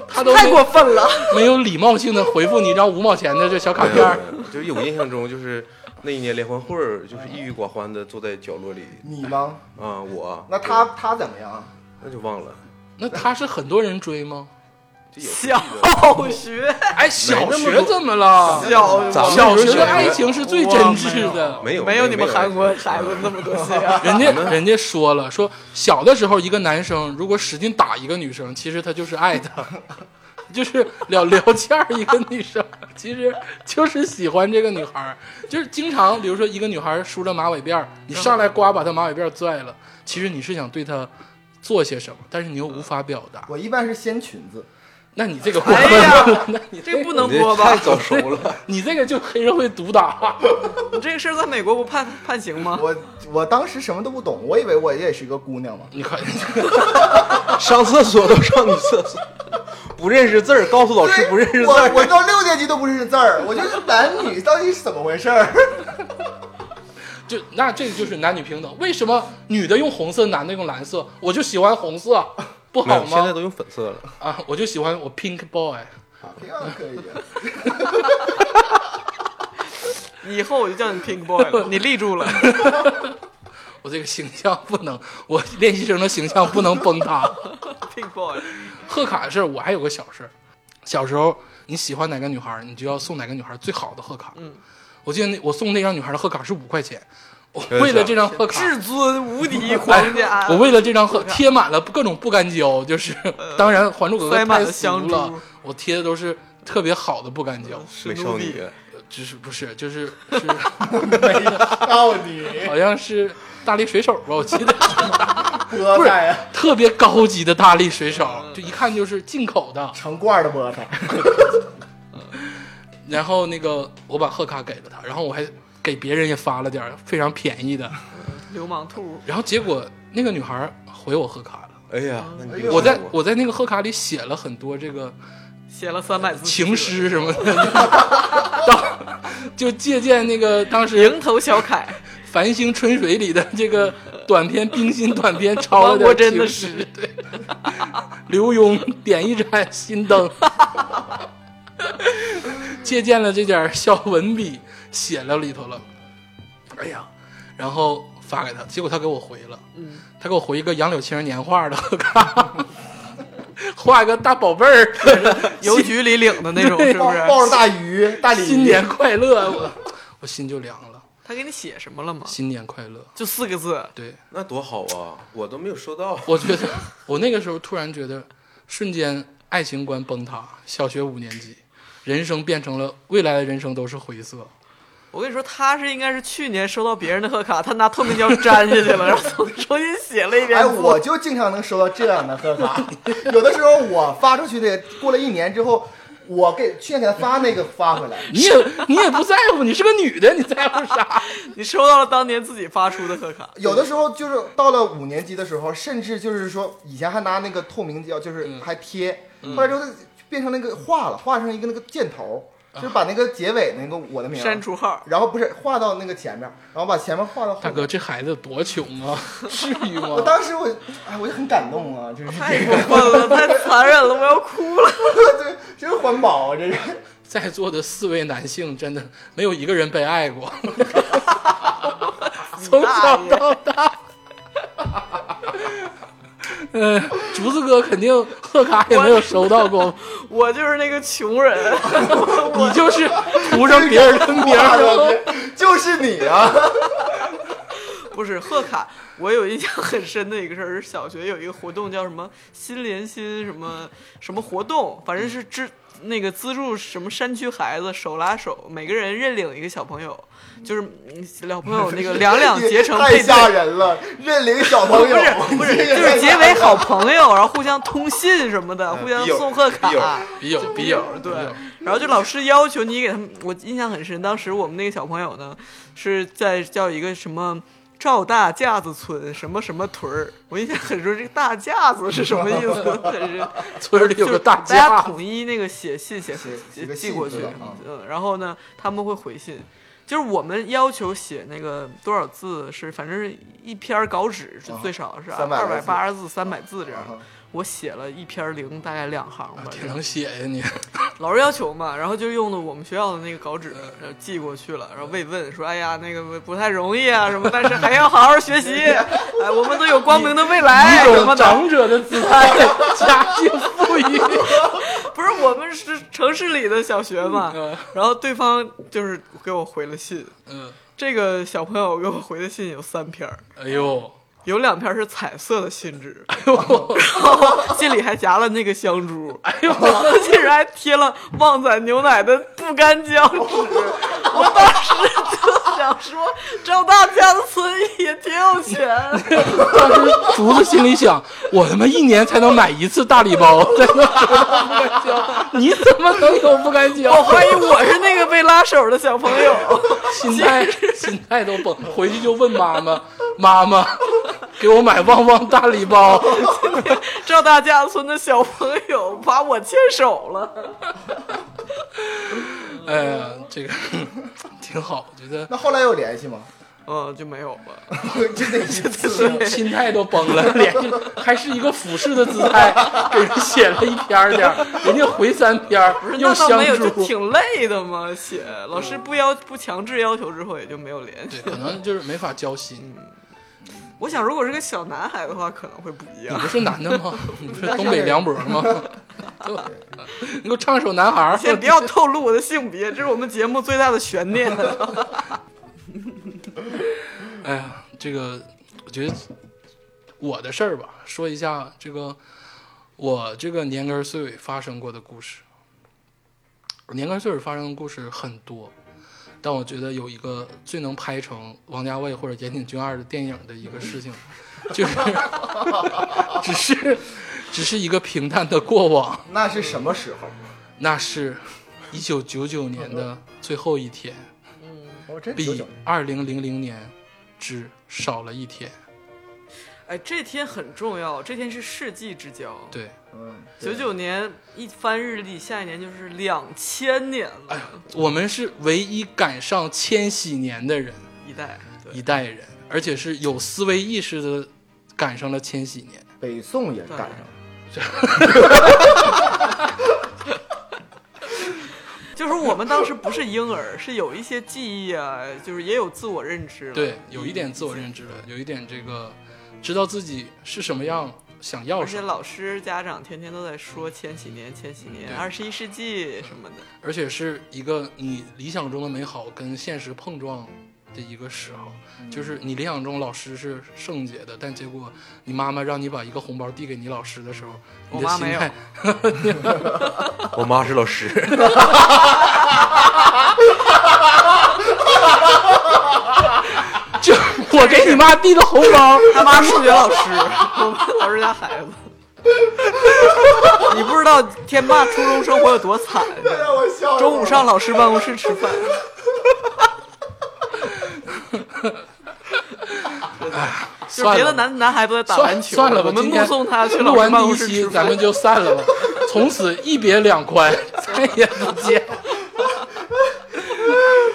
S1: 他都
S2: 太
S1: 没
S2: 过分了！
S1: 没有礼貌性的回复你一张五毛钱的这小卡
S4: 没
S1: 片
S4: 有
S1: 儿，
S4: 没有就是有印象中就是那一年联欢会儿，就是郁郁寡欢的坐在角落里
S3: 你吗？
S4: 啊，我
S3: 那他他怎么样？啊
S4: 那就忘了，
S1: 那他是很多人追吗？
S4: 这有
S2: 小学，
S1: 哎，小
S4: 那么
S1: 学
S4: 多
S1: 怎么了？
S2: 小
S4: 咱们
S1: 小
S4: 那时
S1: 学哎
S4: 候
S1: 的
S4: 小
S1: 爱
S4: 学
S1: 情是最真挚的。
S4: 没有
S2: 没有你们韩国孩子那么多心 啊！
S1: 人家人家说了，说小的时候一个男生如果使劲打一个女生，其实他就是爱她， 就是聊聊天儿一个女生，其实就是喜欢这个女孩儿。就是经常，比如说一个女孩梳着马尾辫儿，你上来呱把她马尾辫儿拽了，其实你是想对她做些什么，但是你又无法表达。
S3: 我一般是掀裙子，
S1: 那你这个过
S2: 哎
S1: 分了，
S2: 呀，
S1: 那你
S2: 这不能
S4: 你这
S2: 播吧
S4: 太？早熟了，
S1: 你这个就黑社会毒打，
S2: 你这个事儿在美国不判判刑 吗？
S3: 我我当时什么都不懂，我以为我也是个姑娘嘛。
S1: 你看，
S4: 上厕所都上女厕所，不认识字儿，告诉老师不认识字
S3: 我
S4: 儿。
S3: 我到六年级都不认识字儿，我就是男女到底是怎么回事儿？啊
S1: 就那这个就是男女平等。为什么女的用红色，男的用蓝色？我就喜欢红色， 不
S4: 没
S1: 好
S4: 有，现在
S1: 吗？
S4: 都用粉色了。
S1: 啊，我就喜欢我 pink boy。
S3: 挺好可以的。
S2: 以后我就叫你 Pink Boy 了，你立住了。
S1: 我这个形象不能，我练习生的形象不能崩塌。
S2: Pink Boy，
S1: 贺卡的事儿，我还有个小事儿。小时候你喜欢哪个女孩儿，你就要送哪个女孩儿最好的贺卡。
S2: 嗯，
S1: 我记得那我送那张女孩儿的贺卡是五块钱，我
S4: 真
S1: 为了
S4: 假
S1: 这张贺卡，
S2: 至尊无敌
S1: 哎
S2: 皇家，
S1: 我为了这张贺贴满了各种不干胶，就是当然《还珠格格
S2: 呃塞》满
S1: 太
S2: 了
S1: 俗
S2: 香呃
S1: 了
S2: 珠，
S1: 我贴的都是特别好的不干胶，
S4: 美少女，
S1: 就是不是就是是
S3: 到底
S1: 好像是大力水手吧，我记得。
S3: 菠菜啊，
S1: 特别高级的大力水手，就一看就是进口的。
S3: 成罐儿的菠菜，
S1: 然后那个我把贺卡给了他，然后我还给别人也发了点儿非常便宜的。
S2: 流氓兔，
S1: 然后结果那个女孩儿回我贺卡了，
S4: 哎呀，那你
S3: 哎呦
S1: 我在我在那个贺卡里写了很多这个
S2: 写了三百字
S1: 情，诗什么的， 当就借鉴那个当时
S2: 迎头 小凯，
S1: 《繁星春水》里的这 个短篇冰心短篇抄了
S2: 王
S1: 点
S2: 国珍
S1: 情
S2: 的诗，对，
S1: 刘墉点一盏心 灯，借鉴了这点儿小文笔，写了里头了。哎呀，然后发给他，结果他给我回了，
S2: 嗯
S1: 他给我回一个杨柳青年画的贺卡，画一个大宝贝 儿，
S2: 邮局里领的那种，
S1: 对
S2: 是不
S3: 抱
S2: 是？
S3: 抱着大鱼，大鲤鱼。
S1: 新年快乐，我我心就凉了，
S2: 他给你写什么了吗？
S1: 新年快乐。
S2: 就四个字，
S1: 对，
S4: 那多好啊！我都没有收到。
S1: 我觉得我那个时候突然觉得，瞬间爱情观崩塌。小学五年级，人生变成了未来的人生都是灰色。
S2: 我跟你说，他是应该是去年收到别人的贺卡，他拿透明胶粘下 去了，然后重新写了一遍
S3: 哎，
S2: 字。
S3: 我就经常能收到这样的贺卡，有的时候我发出去的，过了一年之后，我给去年给他发那个发回来，
S1: 你也你也不在乎，你是个女的，你在乎啥？
S2: 你收到了当年自己发出的贺卡，
S1: 哎
S3: 有的时候就是到了五年级的时候，甚至就是说以前还拿那个透明胶，啊就是
S2: 嗯
S3: 还贴，后来之后就变成那个画了，画成一个那个箭头，就是把那个结尾那个我的名儿
S2: 删除号。
S3: 然后不是画到那个前面，然后把前面画到后面。
S1: 大哥，，这孩子多穷啊，至于
S3: 我
S1: 吗？
S3: 当时我哎我就很感动啊，就是
S2: 太过分了，太残忍了，我要哭了。
S3: 对，真环保啊，这是。
S1: 在座的四位男性真的没有一个人被爱过，从小到大。嗯，竹子哥肯定贺卡也没有收到过，
S2: 我就是那个穷人，
S1: 你就是涂上别人的名
S3: 哇
S1: 儿
S3: 我天就是你啊！
S2: 不是贺卡。我有印象很深的一个事儿是小学有一个活动叫什么“心连心”什么什么活动，反正是支那个资助什么山区孩子手拉手，每个人认领一个小朋友，就是嗯小朋友那个两两结 成
S3: 太
S2: 配对
S3: 吓。人了，认领小朋友，
S2: 不是不是，
S3: 这个
S2: 就
S3: 太
S2: 是
S3: 吓
S2: 结为
S3: 人了
S2: 好朋友，然后互相通信什么
S3: 嗯
S2: 的，互相
S4: 笔友
S2: 送贺卡
S4: 笔友。
S1: 笔友，笔友，
S2: 对
S1: 笔友，
S2: 然后就老师要求你给他们，我印象很深，当时我们那个小朋友呢是在叫一个什么。赵大架子村什么什么屯儿，我印象很深。这个大架子是什么意 思？很深。
S1: 村里有个大
S2: 就是大家
S1: 家，
S2: 统一那个写信写
S3: 写
S2: 写
S3: 写个
S2: 寄
S3: 信
S2: 过去
S3: 对吧，
S2: 嗯，然后呢他们会回信，就是我们要求写那个多少字是，反正是一篇稿纸是
S3: 啊
S2: 最少是二
S3: 300
S2: 百八十字、三百字这样
S3: 啊。
S2: 我写了一篇零，大概两行吧，这
S1: 挺
S2: 样
S1: 能写呀你。
S2: 老师要求嘛，然后就用的我们学校的那个稿纸，然后寄过去了，然后慰问说：“哎呀，那个不太容易啊，什么，但是还要好好 学习，哎，我们都有光明的未来，
S1: 一
S2: 什么
S1: 种
S2: 的。
S1: 长者的姿态，家境富裕。
S2: 不是我们是城市里的小学嘛，
S1: 嗯
S2: 然后对方就是给我回了信，
S1: 嗯，
S2: 这个小朋友给我回的信有三篇儿，
S1: 哎呦，
S2: 有两片是彩色的信纸， 然后信里还夹了那个香珠，哎呦，信纸还贴了旺仔牛奶的不干胶纸。我当时就想说，赵大家的村也挺有钱。
S1: 当时竹子心里想：我他妈一年才能买一次大礼包，才能收到不干胶，你怎么能有不干
S2: 我
S1: 胶？
S2: 怀疑我是那个被拉手的小朋友。
S1: 心态心态都崩，回去就问妈妈：妈妈，给我买旺旺大礼包。
S2: 赵大家村的小朋友把我牵手了。
S1: 哎呀，这个 挺好，我觉得
S3: 那后来有联系吗？
S2: 嗯，就没有了。
S3: 就那一 次，
S1: 心态都崩了，连还是一个俯视的姿态，给人写了一篇儿 点儿，人家回三篇儿，
S2: 不是，
S1: 又
S2: 那倒
S1: 相
S2: 没有，就
S1: 助。
S2: 挺累的嘛。写老师不要不强制要求之后，也就没有联
S1: 对，
S2: 系。
S1: 可能就是没法交心。
S2: 我想，如果是个小男孩的话，可能会不一
S1: 你
S2: 样
S1: 不。是男的 吗？你不是东北梁博吗？你给我唱首《男孩儿》。
S2: 先不要透露我的性别，这是我们节目最大的悬 念。
S1: 哎呀，这个我觉得我的事儿吧，说一下这个我这个年根儿岁尾发生过的故事。我年根儿岁尾发生的故事很多，但我觉得有一个最能拍成王家卫或者岩井俊二的电影的一个事情，就是 只是只是一个平淡的过往。
S3: 那是什么时候？
S1: 那是一九九九年的最后一天，
S3: 我真九
S1: 比
S3: 九年
S1: 二零零零年只少了一天。
S2: 哎，这天很重要，这天是世纪之交。
S1: 对，
S3: 嗯，对
S2: 九九年一翻日历，下一年就是两千年
S1: 哎
S2: 了，
S1: 我们是唯一赶上千禧年的人，
S2: 一代。对
S1: 一代人，而且是有思维意识的赶上了千禧年。
S3: 北宋也赶上了。
S2: 就是我们当时不是婴儿，是有一些记忆啊，就是也有自我认知了。
S1: 对，有一点自我认知了，有一点这个知道自己是什么样，想要
S2: 而
S1: 什
S2: 且
S1: 么。
S2: 老师、家长天天都在说千禧年、千禧年、
S1: 对
S2: 二十一世纪什么的。
S1: 而且是一个你理想中的美好跟现实碰撞的一个时候，
S2: 嗯
S1: 就是你理想中老师是圣洁的，但结果你妈妈让你把一个红包递给你老师的时候，
S2: 我
S1: 你的
S2: 妈
S1: 心
S2: 没有
S1: 态，
S4: 我妈是老师，
S1: 就我给你妈递个红包，
S2: 他妈数学 老师，我们老师家孩子。你不知道天霸初中生活有多惨，
S3: 让我笑了
S2: 周五上老师办公室吃饭。就是
S1: 哎算
S2: 别
S1: 了
S2: 的
S1: 吧。
S2: 男男孩都在打
S1: 算
S2: 篮球，
S1: 算了吧，
S2: 我们
S1: 今
S2: 目
S1: 天
S2: 送他去老
S1: 录
S2: 师
S1: 完
S2: 办
S1: 第
S2: 公
S1: 一
S2: 室吃
S1: 期，
S2: 饭。
S1: 咱 们就散了吧，从此一别两宽， 再也不见。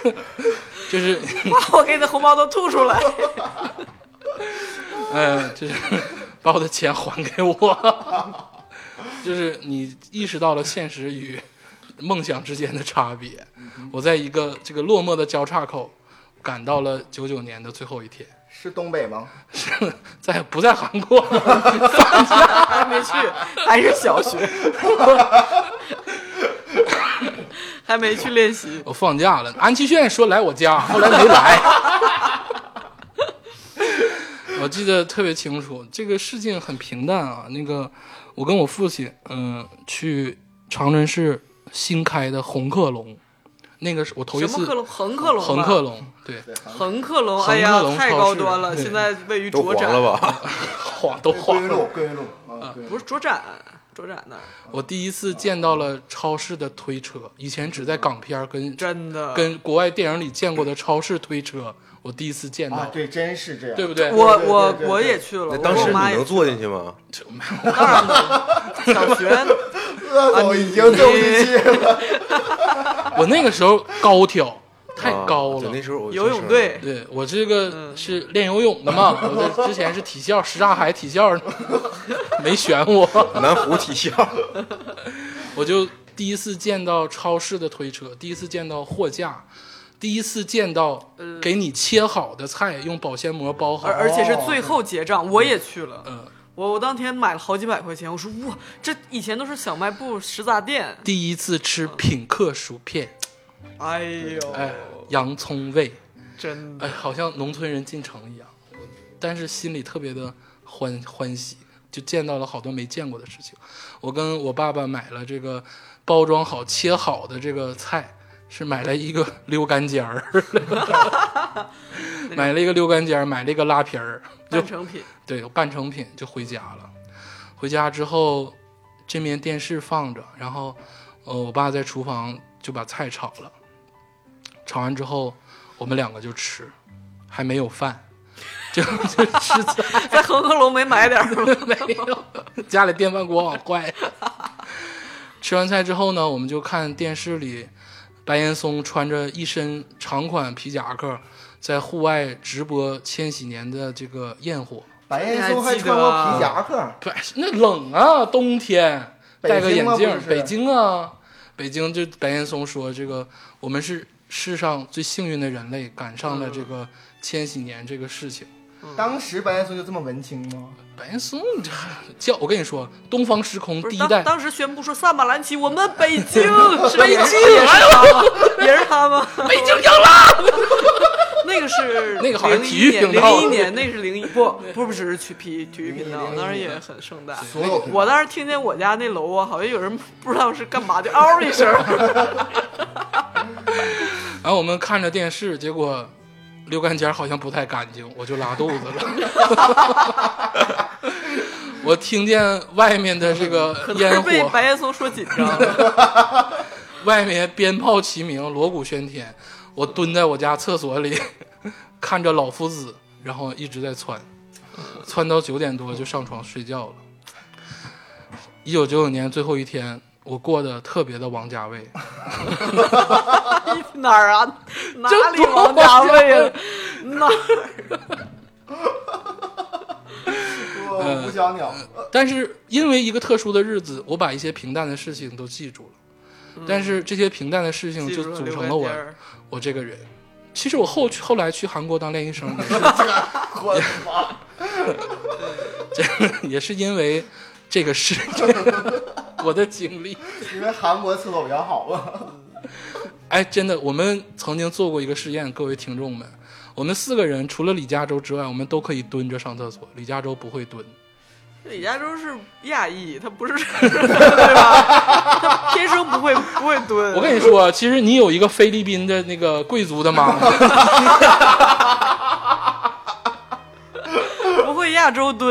S1: 就是
S2: 把我给你的红包都吐出来。
S1: 嗯，就是把我的钱还给我。 就是你意识到了现实与梦想之间的差别。我在一个这个落寞的交叉口，赶到了九九年的最后一天，
S3: 是东北吗？
S1: 是在不在韩国？
S2: 还没去，还是小 学，还没去练习。
S1: 我放假了。安七炫说来我家，后来没来。 我记得特别清楚，这个事情很平淡啊。那个，我跟我父亲，嗯、去长春市新开的红客隆，那个是我头一
S2: 什么
S1: 次
S2: 克隆？恒克隆吧？
S1: 横克隆，对，
S2: 恒克隆？哎呀
S1: 恒克，隆
S2: 太高端了！
S1: 超市
S2: 现在位于
S4: 都
S2: 卓
S4: 黄
S2: 展
S4: 了，吧？
S1: 晃都
S3: 归
S1: 晃
S3: 云
S1: 了。
S3: 路，归云路啊，归云
S2: 不
S3: 路
S2: 是卓展，卓展那儿
S1: 我第一次见到了超市的推车，以前只在港片儿跟
S2: 真的。
S1: 跟国外电影里见过的超市推车，我第一次见到
S3: 啊，，对，真是这样。
S1: 对不对？
S2: 我
S3: 对对
S2: 我
S3: 对对
S2: 我
S3: 对
S2: 也去了，我
S4: 那当
S2: 跟
S4: 时
S2: 我
S4: 你
S2: 妈也
S4: 能坐进去吗？
S2: 当然了， 小学
S3: 饿死我已经坐不进去 了。
S1: 我那个时候高挑，太
S4: 啊
S1: 高
S4: 就
S1: 了
S4: 那。时候我
S2: 游泳队
S1: 对我这
S2: 嗯
S1: 个是练游泳的 嘛，我这之前是体校，什刹海体校 没选我，
S4: 南湖体校，
S1: 我就第一次见到超市的推车，第一次见到货架，第一次见到给你切好的菜用保鲜膜包好
S2: 嗯而，而且
S4: 哦
S2: 是最后结账，我也去了。
S1: 嗯
S2: 我我当天买了好几百块钱，我说哇，这以前都是小卖部、食杂店，
S1: 第一次吃品客薯片，
S2: 哎呦，哦
S1: 哎，洋葱味，
S2: 真的
S1: 哎，好像农村人进城一样。但是心里特别的欢欢喜，就见到了好多没见过的事情。我跟我爸爸买了这个包装好、切好的这个菜，是买了一个 溜干尖儿，买了一个溜干尖儿，买了一个拉皮儿，就
S2: 半成品，
S1: 对，有半成品就回家了。回家之后，这面电视放着，然后，呃，我爸在厨房就把菜炒了，炒完之后，我们两个就吃，还没有饭， 就就吃菜，
S2: 在恒河哎龙没买点儿吗？
S1: 没有，家里电饭锅好坏。 吃完菜之后呢，我们就看电视里，白岩松穿着一身长款皮夹克，在户外直播千禧年的这个焰火。
S3: 白岩松还穿过
S1: 啊
S3: 皮夹克，
S1: 不是那冷啊，冬天
S3: 北京
S1: 戴个眼
S3: 吗
S1: 镜
S3: 不
S1: 儿，
S3: 是
S1: 北京啊，北京就白岩松说这个，我们是世上最幸运的人类，赶上了这个千禧年这个事情。
S3: 当时白岩松就这么文青吗？
S1: 白岩松这叫我跟你说，东方时空
S2: 不
S1: 第
S2: 是
S1: 一代，
S2: 当当时宣布说萨马兰奇，我们北京， 是
S1: 北京
S2: 也是他吗？ 也是他吗？
S1: 北京赢了，
S2: 那个是
S1: 那个好像
S2: 01
S1: 体育
S2: 年
S1: 频道
S2: 零一年那是零一不不不只是去体体育频道，当然也很盛大。
S3: 所有
S2: 我当时听见我家那楼啊，好像有人不知道是干嘛，就嗷一 声。
S1: 然后我们看着电视，结果溜干尖儿好像不太干净，我就拉肚子了。 我听见外面的这个烟火，
S2: 被白岩松说紧张 了，
S1: 外面鞭炮齐鸣，锣鼓喧天。我蹲在我家厕所里， 看着老夫子，然后一直在窜，窜到九点多就上床睡觉了。一九九九年最后一天，我过得特别的王家卫，
S2: 哪儿啊？哪里
S1: 中国
S2: 王家 卫啊？哪儿？
S3: 我
S1: 嗯
S3: 不想鸟，
S1: 但是因为一个特殊的日子，我把一些平淡的事情都记住了，但是这些平淡的事情
S2: 记
S1: 就
S2: 住
S1: 组
S2: 刘
S1: 成
S2: 干
S1: 了我
S2: 尖儿
S1: 我这个人。其实我后去后来去韩国当练习生也是
S3: 我的妈！
S1: 这 也是因为这个事 情，我的经历。
S3: 因为韩国厕所比较好啊。
S1: 哎，真的，我们曾经做过一个试验，各位听众们，我们四个人除了李嘉洲之外，我们都可以蹲着上厕所，李嘉洲不会蹲。
S2: 李佳洲是亚裔，他不是 对吧？他天生不会不会蹲。
S1: 我跟你说，啊其实你有一个菲律宾的那个贵族的 妈妈，
S2: 不会亚洲蹲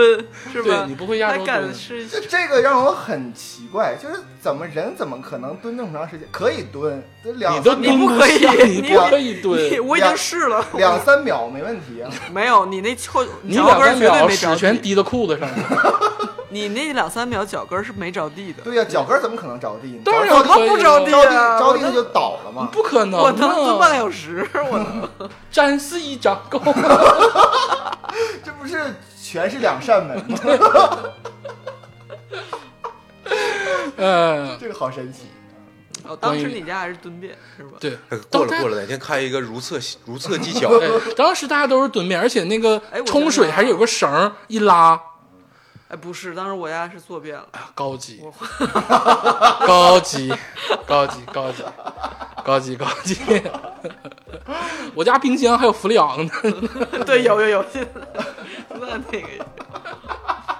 S2: 是吧
S1: 对？你不会亚洲
S2: 他
S1: 蹲
S2: 敢 是
S3: 这这个让我很奇怪，就是怎么人怎么可能蹲这么长时间？可以蹲，这两
S1: 你都
S2: 你
S1: 蹲
S2: 不可以
S1: 下，
S2: 你
S1: 你不可以
S2: 你，
S1: 蹲，
S2: 我已经试了，
S3: 两三秒没问题啊。
S2: 没有你那翘
S1: 你
S2: 脚
S1: 两
S2: 跟儿
S1: 三
S2: 绝对
S1: 秒
S2: 没着
S1: 屎全
S2: 地，
S1: 滴到裤子上 了。
S2: 你那两三秒脚跟儿是没着地的。
S3: 对呀、脚跟儿怎么可能着地呢？
S1: 当然
S3: 着
S2: 我
S3: 地
S2: 他妈不着地
S3: 着地
S2: 啊！
S3: 着
S2: 我
S3: 地它
S2: 能
S3: 就倒了嘛。
S1: 不可能
S2: 我能蹲半个
S1: 啊！
S2: 小时，我能。
S1: 詹四一掌够 了。
S3: 这不是全是两扇门吗？
S1: 呃，
S3: 这个好神奇。
S2: 哦，当时你家还是蹲便是吧？
S1: 对，
S4: 哎呃过
S1: 当
S4: 了
S1: 时
S4: 过了，哪天开一个如厕如厕 技巧，哎
S1: 对， 当时大家都是蹲便，而且那个
S2: 哎我
S1: 冲
S2: 觉
S1: 水
S2: 得啊
S1: 还有个绳儿一拉，
S2: 哎，不是，当时我家是坐便了。
S1: 高 级
S2: 我，
S1: 高级，高级，高级，高级，高级。 我家冰箱还有氟利昂呢，
S2: 对，有有有，现在那那个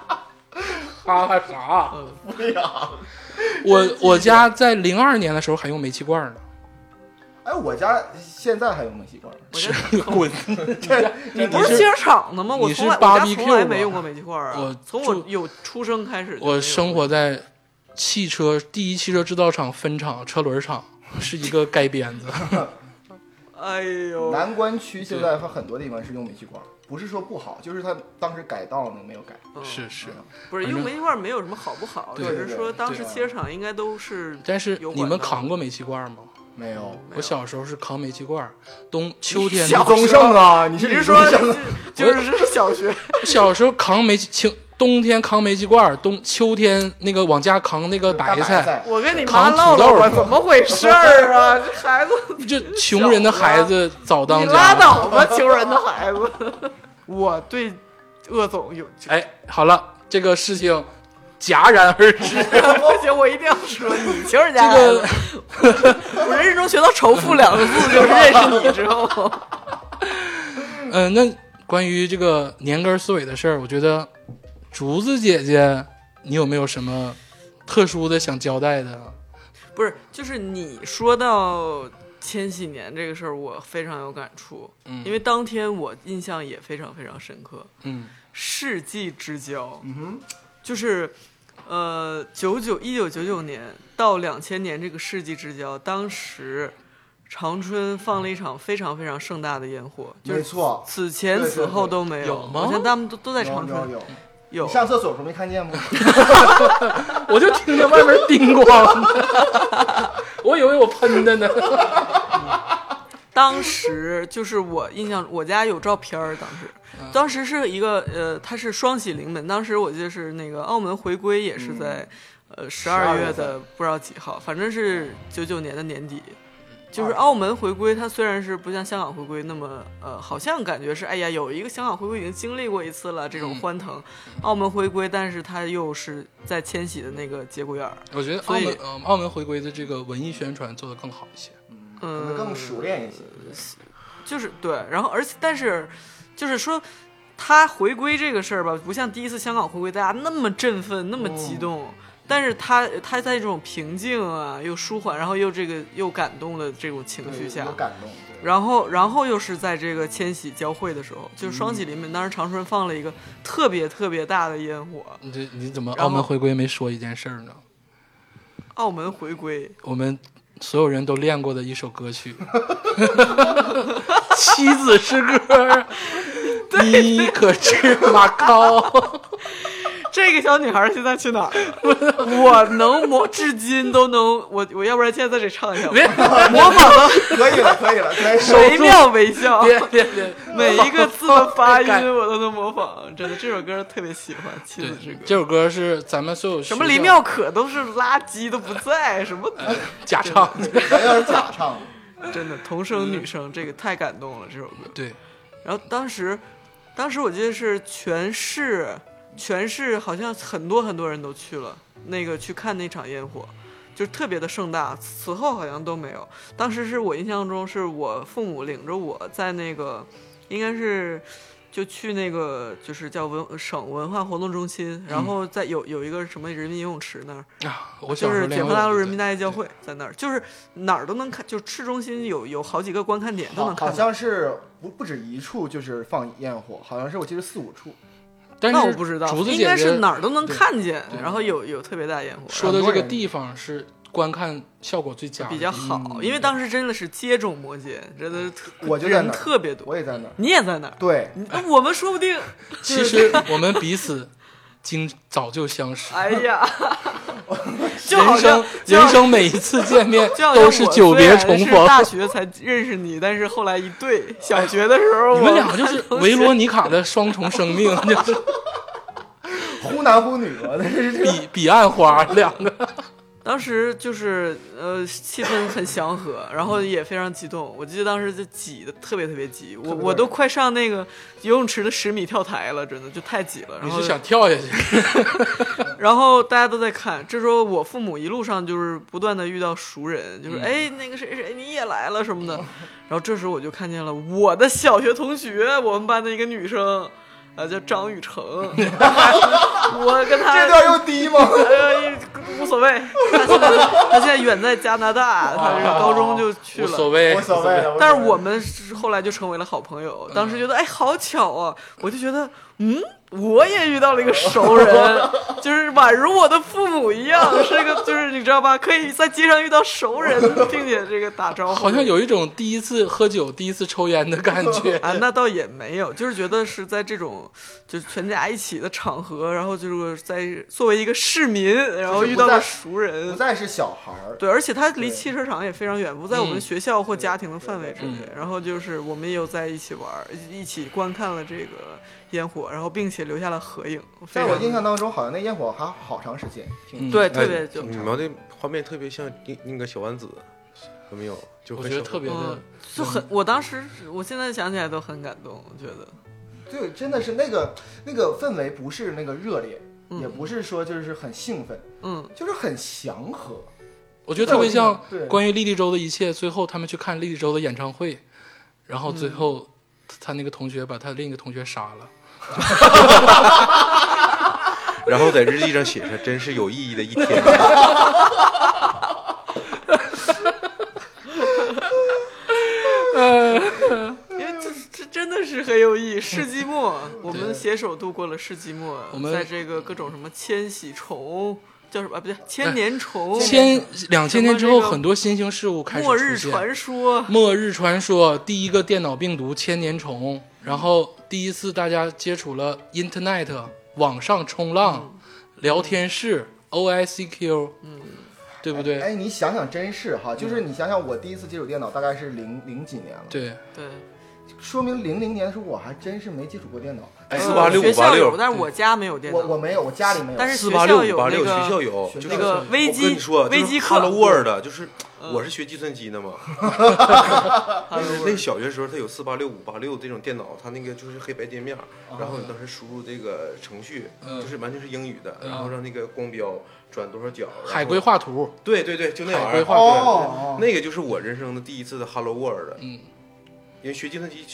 S1: 哈还啥？
S3: 对呀，
S1: 我我家在零二年的时候还用煤气罐呢，
S3: 哎，我家现在还有煤气罐儿。
S2: 我家
S1: 滚！
S3: 你
S2: 不是
S1: 是
S2: 汽车厂的吗？我
S1: 你
S2: 从
S1: 是
S2: 来我家
S1: BBQ
S2: 从来
S1: 吗
S2: 没用过煤气罐儿啊！
S1: 我
S2: 从我
S1: 住
S2: 有出生开始就没有，
S1: 我生活在汽车第一汽车制造厂分厂车轮厂，是一个街边子。
S2: 哎呦，
S3: 南关区现在还很多地方是用煤气罐儿，不是说不好，就是他当时改道那个没有改。
S2: 嗯
S1: 是是，
S2: 不是
S1: 反
S2: 用
S1: 正
S2: 煤气罐儿没有什么好不好，只
S1: 对
S2: 是
S3: 对
S2: 说
S3: 对
S2: 当时
S3: 对
S2: 汽车厂应该都是
S1: 但是
S2: 有
S1: 你
S2: 管
S1: 们
S2: 道
S1: 扛过煤气罐吗？
S3: 没有。
S2: 没有
S1: 我小时候是扛煤气罐，冬秋天
S2: 小
S1: 的
S2: 时候
S3: 宗盛啊，你
S2: 你
S3: 是
S2: 是
S3: 李
S2: 说
S3: 宗盛
S2: 是就是 小学
S1: 小时候扛煤气，清冬天扛煤气罐儿，冬秋天那个往家扛那个白
S3: 大
S1: 菜，
S3: 菜，
S2: 我跟你妈
S1: 扛
S2: 唠
S1: 土
S2: 唠
S1: 豆
S2: 吧，
S1: 儿
S2: 怎么回事儿啊？这 孩子，
S1: 这穷人的孩子早当
S2: 你
S1: 家。
S2: 拉倒吧，穷人的孩子。我对鄂总 有，
S1: 哎，好了，这个事情戛然而止。
S2: 不行，我一定要说你穷人家
S1: 这
S2: 孩子
S1: 个。
S2: 我人生中学到“仇富”两个字，就是认识你之后。
S1: 嗯、那关于这个年根儿缩尾的事儿，我觉得竹子姐姐，你有没有什么特殊的想交代的？
S2: 不是，就是你说到千禧年这个事儿，我非常有感触，
S1: 嗯
S2: 因为当天我印象也非常非常深刻，
S1: 嗯
S2: 世纪之交，
S3: 嗯
S2: 就是，呃，九九一九九九年到两千年这个世纪之交，当时长春放了一场非常非常盛大的烟火，
S3: 哼，
S2: 就
S3: 没
S2: 是
S3: 错，
S2: 此前此后都没
S1: 有吗
S2: 好像他们都都在
S3: 有有
S2: 长春
S3: 有，
S2: 有
S3: 你上厕所的时候没看见吗？
S1: 我就听见外面叮咣的， 我以为我喷的呢。
S2: 当时就是我印象，我家有照片儿，当时，
S3: 嗯
S2: 当时是一个呃，它是双喜临门，当时我记得是那个澳门回归也是在、呃十
S3: 12
S2: 二
S3: 嗯
S2: 月
S3: 月
S2: 的不知道几号，反正是九九年的年底。就是
S3: 二
S2: 澳门回归，它虽然是不像香港回归那么，呃，好像感觉是，哎呀，有一个香港回归已经经历过一次了，这种
S1: 嗯
S2: 欢腾。澳门回归，但是它又是在千禧的那个节骨眼儿，
S1: 我觉得澳
S2: 所以
S1: 门、呃澳门回归的这个文艺宣传做得更好一些。
S3: 可
S2: 嗯
S3: 能更熟练一些。
S2: 就是对，然后而且但是就是说他回归这个事儿吧，不像第一次香港回归大家那么振奋，那么激动。
S3: 嗯
S2: 但是他他在这种平静啊，又舒缓，然后又这个又感动的这种情绪
S3: 对，
S2: 下
S3: 有，感动。对
S2: 然后然后又是在这个千禧交汇的时候，就是双喜临门，当时长春放了一个特别特别大的烟火，
S1: 你这你怎么
S2: 然后
S1: 澳门回归没说一件事儿呢？
S2: 澳门回归，
S1: 我们所有人都练过的一首歌 曲，《妻子之 歌》，你可知马 高？
S2: 这个小女孩现在去哪儿了？ 我能模，至今都能，我我要不然现在在这唱一下吧，
S1: 别
S2: 模仿了
S3: 可以了，可以了， 可以收。
S2: 惟妙惟肖，
S1: 别别别！
S2: 每一个字的发音
S1: 改
S2: 我都能模仿，真的这首歌特别喜欢《妻
S1: 对
S2: 子之，歌
S1: 这》。首歌是咱们所有
S2: 什么林妙可都是垃圾都不在，什么
S1: 假唱，
S3: 咱要是假唱，
S2: 哎真的童声女声，这个太感动了这首歌。
S1: 对，
S2: 然后当时，当时我记得是全市，全市好像很多很多人都去了，那个去看那场烟火，就是特别的盛大。此后好像都没有。当时是我印象中是我父母领着我在那个，应该是。就去那个，就是叫文省文化活动中心，
S1: 嗯
S2: 然后在有有一个什么人民游泳池那儿，
S1: 啊，我小
S2: 就
S1: 时
S2: 是
S1: 候练
S2: 解放
S1: 过
S2: 大
S1: 这
S2: 陆
S1: 个
S2: 人民大爱教会在那儿，就是哪儿都能看，就市中心有有好几个观看点都
S3: 好
S2: 能，看
S3: 好
S2: 到。
S3: 像是不不止一处，就是放焰火，好像是我记得四五处。
S1: 但是
S2: 那我不知道，
S1: 竹子
S2: 应
S1: 姐
S2: 该
S1: 姐
S2: 是哪儿都能
S1: 对
S2: 看见，然后有有特别大烟火，
S1: 说的这个地方是观看效果最佳的
S2: 比
S1: 地
S2: 较
S1: 方，
S2: 好，因为当时真的是接踵摩肩，
S1: 嗯
S2: 真的是特
S3: 我就在
S2: 人
S3: 那儿
S2: 特别多，
S3: 我也在那儿。
S2: 你也在那儿，
S3: 对，
S2: 你我们说不定，
S1: 其实我们彼此经早就相识，
S2: 哎 呀，就好
S1: 人
S2: 像
S1: 生
S2: 就好
S1: 人生每一次见面
S2: 就好像
S1: 都
S2: 我
S1: 是久别重
S2: 虽然
S1: 逢
S2: 是。大学才认识你，但是后来一对，小学的时候
S1: 哎你
S2: 我
S1: 们两个就是维罗妮卡的双重生命，就是
S3: 忽男忽女嘛，但是这个
S1: 彼彼岸花两个。
S2: 当时就是呃，气氛很祥和，然后也非常激动。我记得当时就挤的特别特别挤，我
S3: 特别
S2: 我都快上那个游泳池的十米跳台了，真的就太挤了。然
S1: 你
S2: 后
S1: 是想跳下去？
S2: 然后大家都在看，这时候我父母一路上就是不断的遇到熟人，就是、
S3: 嗯
S2: 哎那个谁谁你也来了什么的，然后这时候我就看见了我的小学同学，我们班的一个女生，啊叫张雨 成，我跟她
S3: 这段又低吗？
S2: 呃，无所谓。 他现在他现在远在加拿大，他是高中就去
S1: 无
S2: 了。
S1: 所谓，
S3: 哎无所谓了。
S2: 但是我们是后来就成为了好朋友。当时觉得，哎，好巧啊！我就觉得，嗯，我也遇到了一个熟人，就是宛如我的父母一样，是一个就是你知道吧，可以在街上遇到熟人，并且这个打招呼。。
S1: 好像有一种第一次喝酒、第一次抽烟的感觉
S2: 啊，那倒也没有，就是觉得是在这种就是全家一起的场合，然后就是在作为一个市民，然后
S3: 就是
S2: 遇
S3: 不
S2: 到
S3: 在
S2: 了熟人，
S3: 不再是小孩儿，
S2: 对，而且它离
S3: 对
S2: 汽车厂也非常远，不在我们
S1: 嗯
S2: 学校或家庭的范围之内
S1: 对。
S2: 然后就是我们也有在一起玩儿，一一起观看了这个烟火，然后并且留下了合影。
S3: 在
S2: 非常
S3: 我印象当中，好像那焰火还好长时间，挺
S2: 对，
S4: 哎
S2: 特别就
S4: 你描的画面特别像那那个小丸子，有没有？就
S1: 我
S4: 很
S1: 觉得
S4: 小
S1: 特别的
S2: 嗯，就很，我当时我现在想起来都很感动，我觉得
S3: 对，真的是那个那个氛围，不是那个热烈，
S2: 嗯
S3: 也不是说就是很兴奋，
S2: 嗯，
S3: 就是很祥和。
S1: 我觉得特别像
S3: 对
S2: 嗯
S1: 关于莉莉周的一切。最后他们去看莉莉周的演唱会，然后最后他那个同学把他另一个同学杀了。
S4: 然后在日记上写上，真是有意义的一天。
S2: 因
S3: 啊
S2: 为这这真的是很有意义。世纪末，我们携手度过了世纪末，
S1: 我们
S2: 在这个各种什么千禧虫，叫什么啊？不对，千年虫，
S1: 千两千年之后，
S2: 什么这个
S1: 很多新型事物开始
S2: 末日
S1: 出现
S2: 传说，
S1: 末日传说，第一个电脑病毒千年虫，然后第一次大家接触了 Internet 网上冲浪、
S2: 嗯
S1: 聊天室 OICQ，嗯，对不对？
S3: 哎，你想想，真是哈，就是
S2: 嗯
S3: 你想想，我第一次接触电脑大概是零零几年了，
S1: 对，
S2: 对，
S3: 说明零零年的时候我还真是没接触过电脑，
S4: 哎，
S2: 呃
S4: 四八六
S2: 学
S4: 五八
S2: 校有，
S4: 六，
S2: 但是我家没有电脑，
S3: 我我没有，我家里没有，
S2: 但是
S4: 四
S2: 学
S4: 八
S2: 校
S4: 六
S2: 有
S4: 五八六，
S2: 那个
S4: 学校有，就是
S2: 那个微
S4: 我
S2: 机
S4: 跟你说，啊
S2: 微机课
S4: l o Word 的，啊就是我是学计算机的嘛，
S2: 还有
S4: 那小学时候，它有四八六、五八六这种电脑，它那个就是黑白界面，然后你当时输入这个程序，
S1: 嗯
S4: 就是完全是英语的，然后让那个光标转多少角，然后
S1: 海龟画图，
S4: 对对对，就那玩意儿。
S1: 海龟画
S3: 哦
S4: 对那个就是我人生的第一次的 Hello World。
S1: 嗯，
S4: 因为学计算机，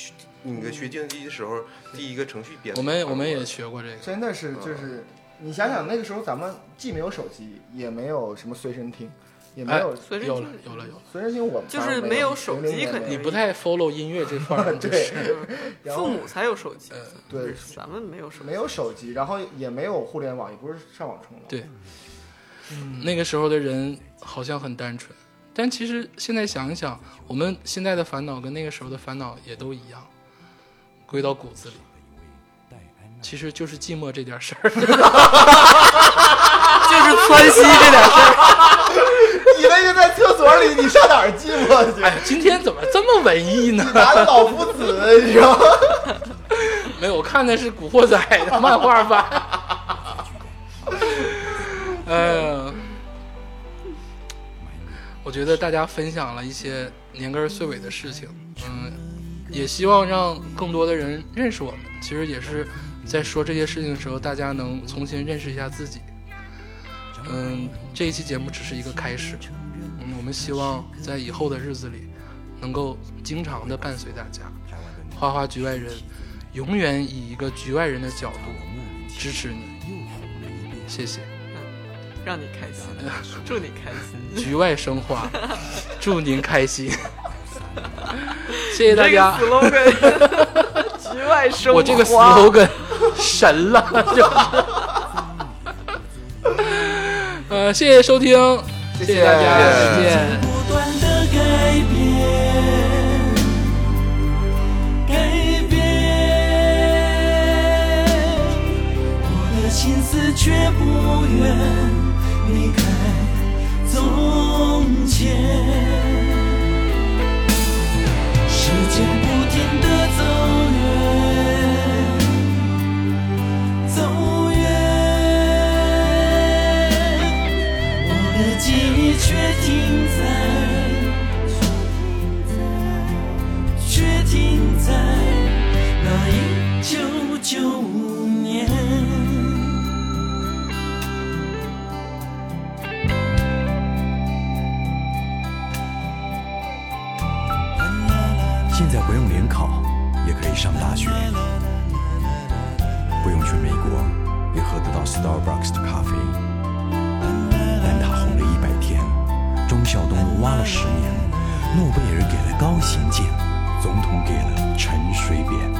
S4: 那个学计算机的时候，第一个程序编的
S1: 嗯我
S4: Hello
S1: 们
S4: World。
S1: 我们也学过这个，
S3: 真的是就是，你想想那个时候咱们既没有手机，也没有什么随身听，也没有
S2: 随身
S1: 有
S2: 听
S1: 了有了有了，
S3: 随身听，我
S2: 就
S3: 反
S2: 是
S3: 而
S2: 没
S3: 没
S2: 有手机
S3: 00年
S2: 肯
S3: 没
S2: 定
S1: 你
S3: 有
S1: 不太 follow 音乐这 块儿，就
S3: 对
S1: 是，
S3: 然后
S2: 父母才有手机，
S3: 对
S2: 咱们没有手机
S3: 没。有手机，然后也没有互联网，也不是上网冲浪，
S1: 对那个时候的人好像很单纯，但其实现在想一想，我们现在的烦恼跟那个时候的烦恼也都一样，归到骨子里，其实就是寂寞这点事儿。
S2: 就是窜稀这点事儿。
S3: 你那个在厕所里，你上哪儿寂 寞去？
S1: 哎今天怎么这么文艺呢？
S3: 拿老夫子，你知道吗？
S1: 没有，我看的是《古惑仔》的漫画版。呃，我觉得大家分享了一些年根儿岁尾的事情，嗯，也希望让更多的人认识我们。其实也是在说这些事情的时候，大家能重新认识一下自己。嗯，这一期节目只是一个开始，嗯，我们希望在以后的日子里，能够经常的伴随大家。花花局外人，永远以一个局外人的角度支持你。谢谢，
S2: 让你开心，祝你开心。
S1: 局外生花，祝您开心。谢谢 大
S2: 这个
S1: 家，
S2: slogan，局外生活。
S1: 我这个 slogan 神了，就是。呃，谢谢收听，谢谢大家，再
S4: 谢谢
S1: 见。
S6: 不断的改变，改变，我的心思却不愿离开从前。时间不停的走远，走远。我的记忆却停在，却停在那一九九五年。
S7: 现在不用联考，也可以上大学；不用去美国，也喝得到 Starbucks 的咖啡。蛋挞红了一百天，忠孝东路挖了十年，诺贝尔给了高行健，总统给了陈水扁。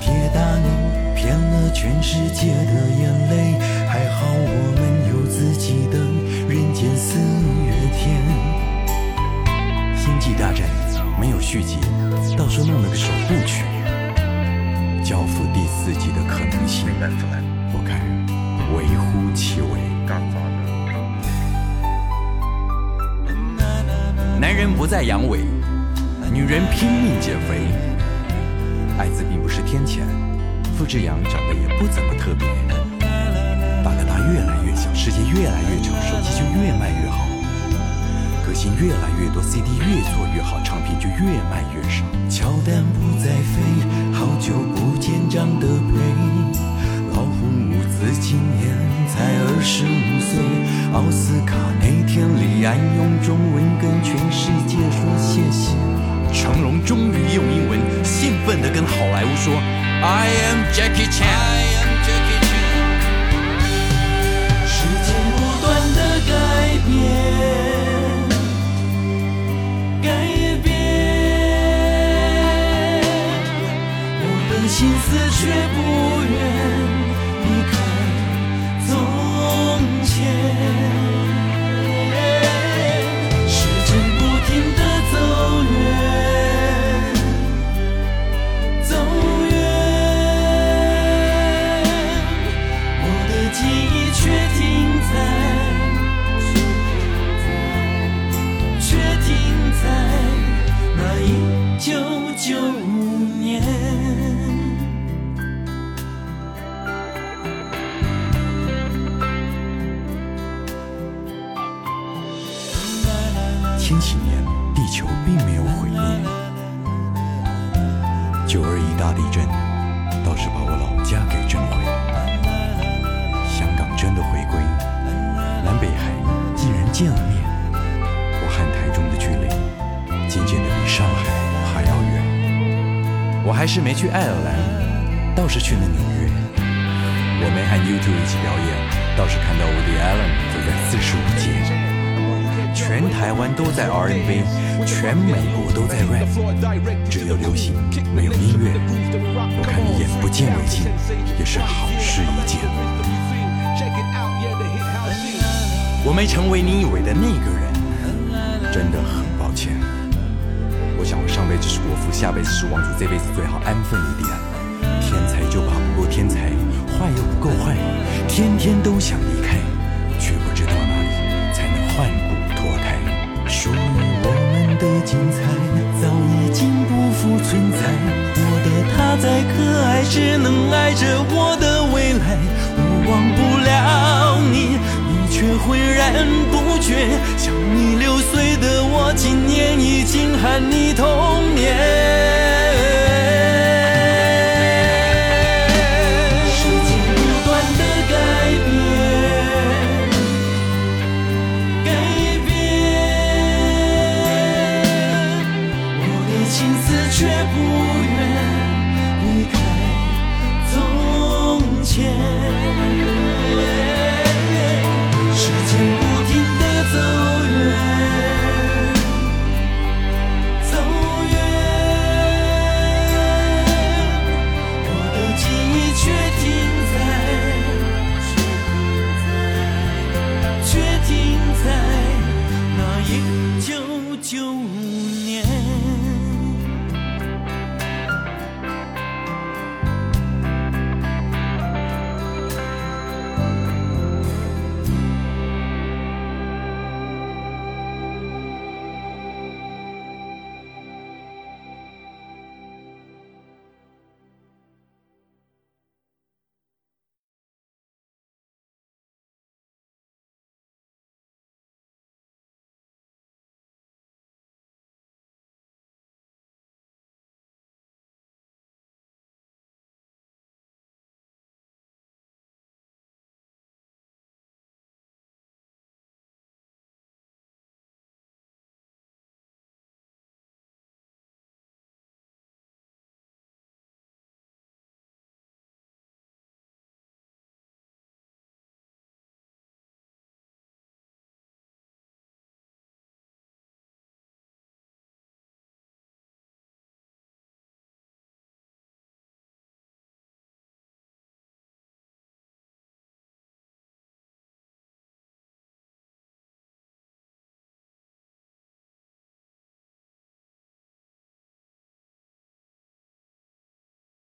S7: 铁达尼骗了全世界的眼泪，还好我们有自己的人间四月天。《星际大战》没有续集，倒是弄了个首部曲，《教父》第四季的可能性，我看微乎其微。男人不再阳痿，女人拼命减肥。艾滋并不是天谴，复制羊长得也不怎么特别。巴格达越来越小，世界越来越丑，手机就越卖越好。歌星越来越多，CD 越做越好，唱片就越卖越少。乔丹不再飞，好久不见张德培，老虎伍兹今年才二十五岁。奥斯卡那天，李安用中文跟全世界说谢谢。成龙终于用英文兴奋地跟好莱坞说：“I am Jackie Chan。
S6: 世界不断的改变，改变，我本心思却不愿离开从前。时针不停的走远。走远，我的记忆却停在，却停在那一九九五年。
S7: 千禧年，地球并没有毁灭。九二一大地震倒是把我老家给震毁，香港真的回归，南北海既然见了面，我和台中的距离渐渐的比上海还要远。我还是没去爱尔兰，倒是去了纽约。我没和 U2 一起表演，倒是看到 Woody Allen 走在四十五街。全台湾都在 R&B，全美国都在 rap，只有流行没有音乐。我看你眼不见为净，也是好事一件。我没成为你以为的那个人，真的很抱歉。我想我上辈子是国父，下辈子是王子，这辈子最好安分一点。天才就怕不够天才，坏又不够坏，天天都想离开，却不知道哪里才能换骨脱胎。属于我们的精彩，
S6: 早已经不复存在。我的他再可爱，只能爱着我的未来。我忘不了你，你却浑然不觉。像你六岁的我，今年已经和你同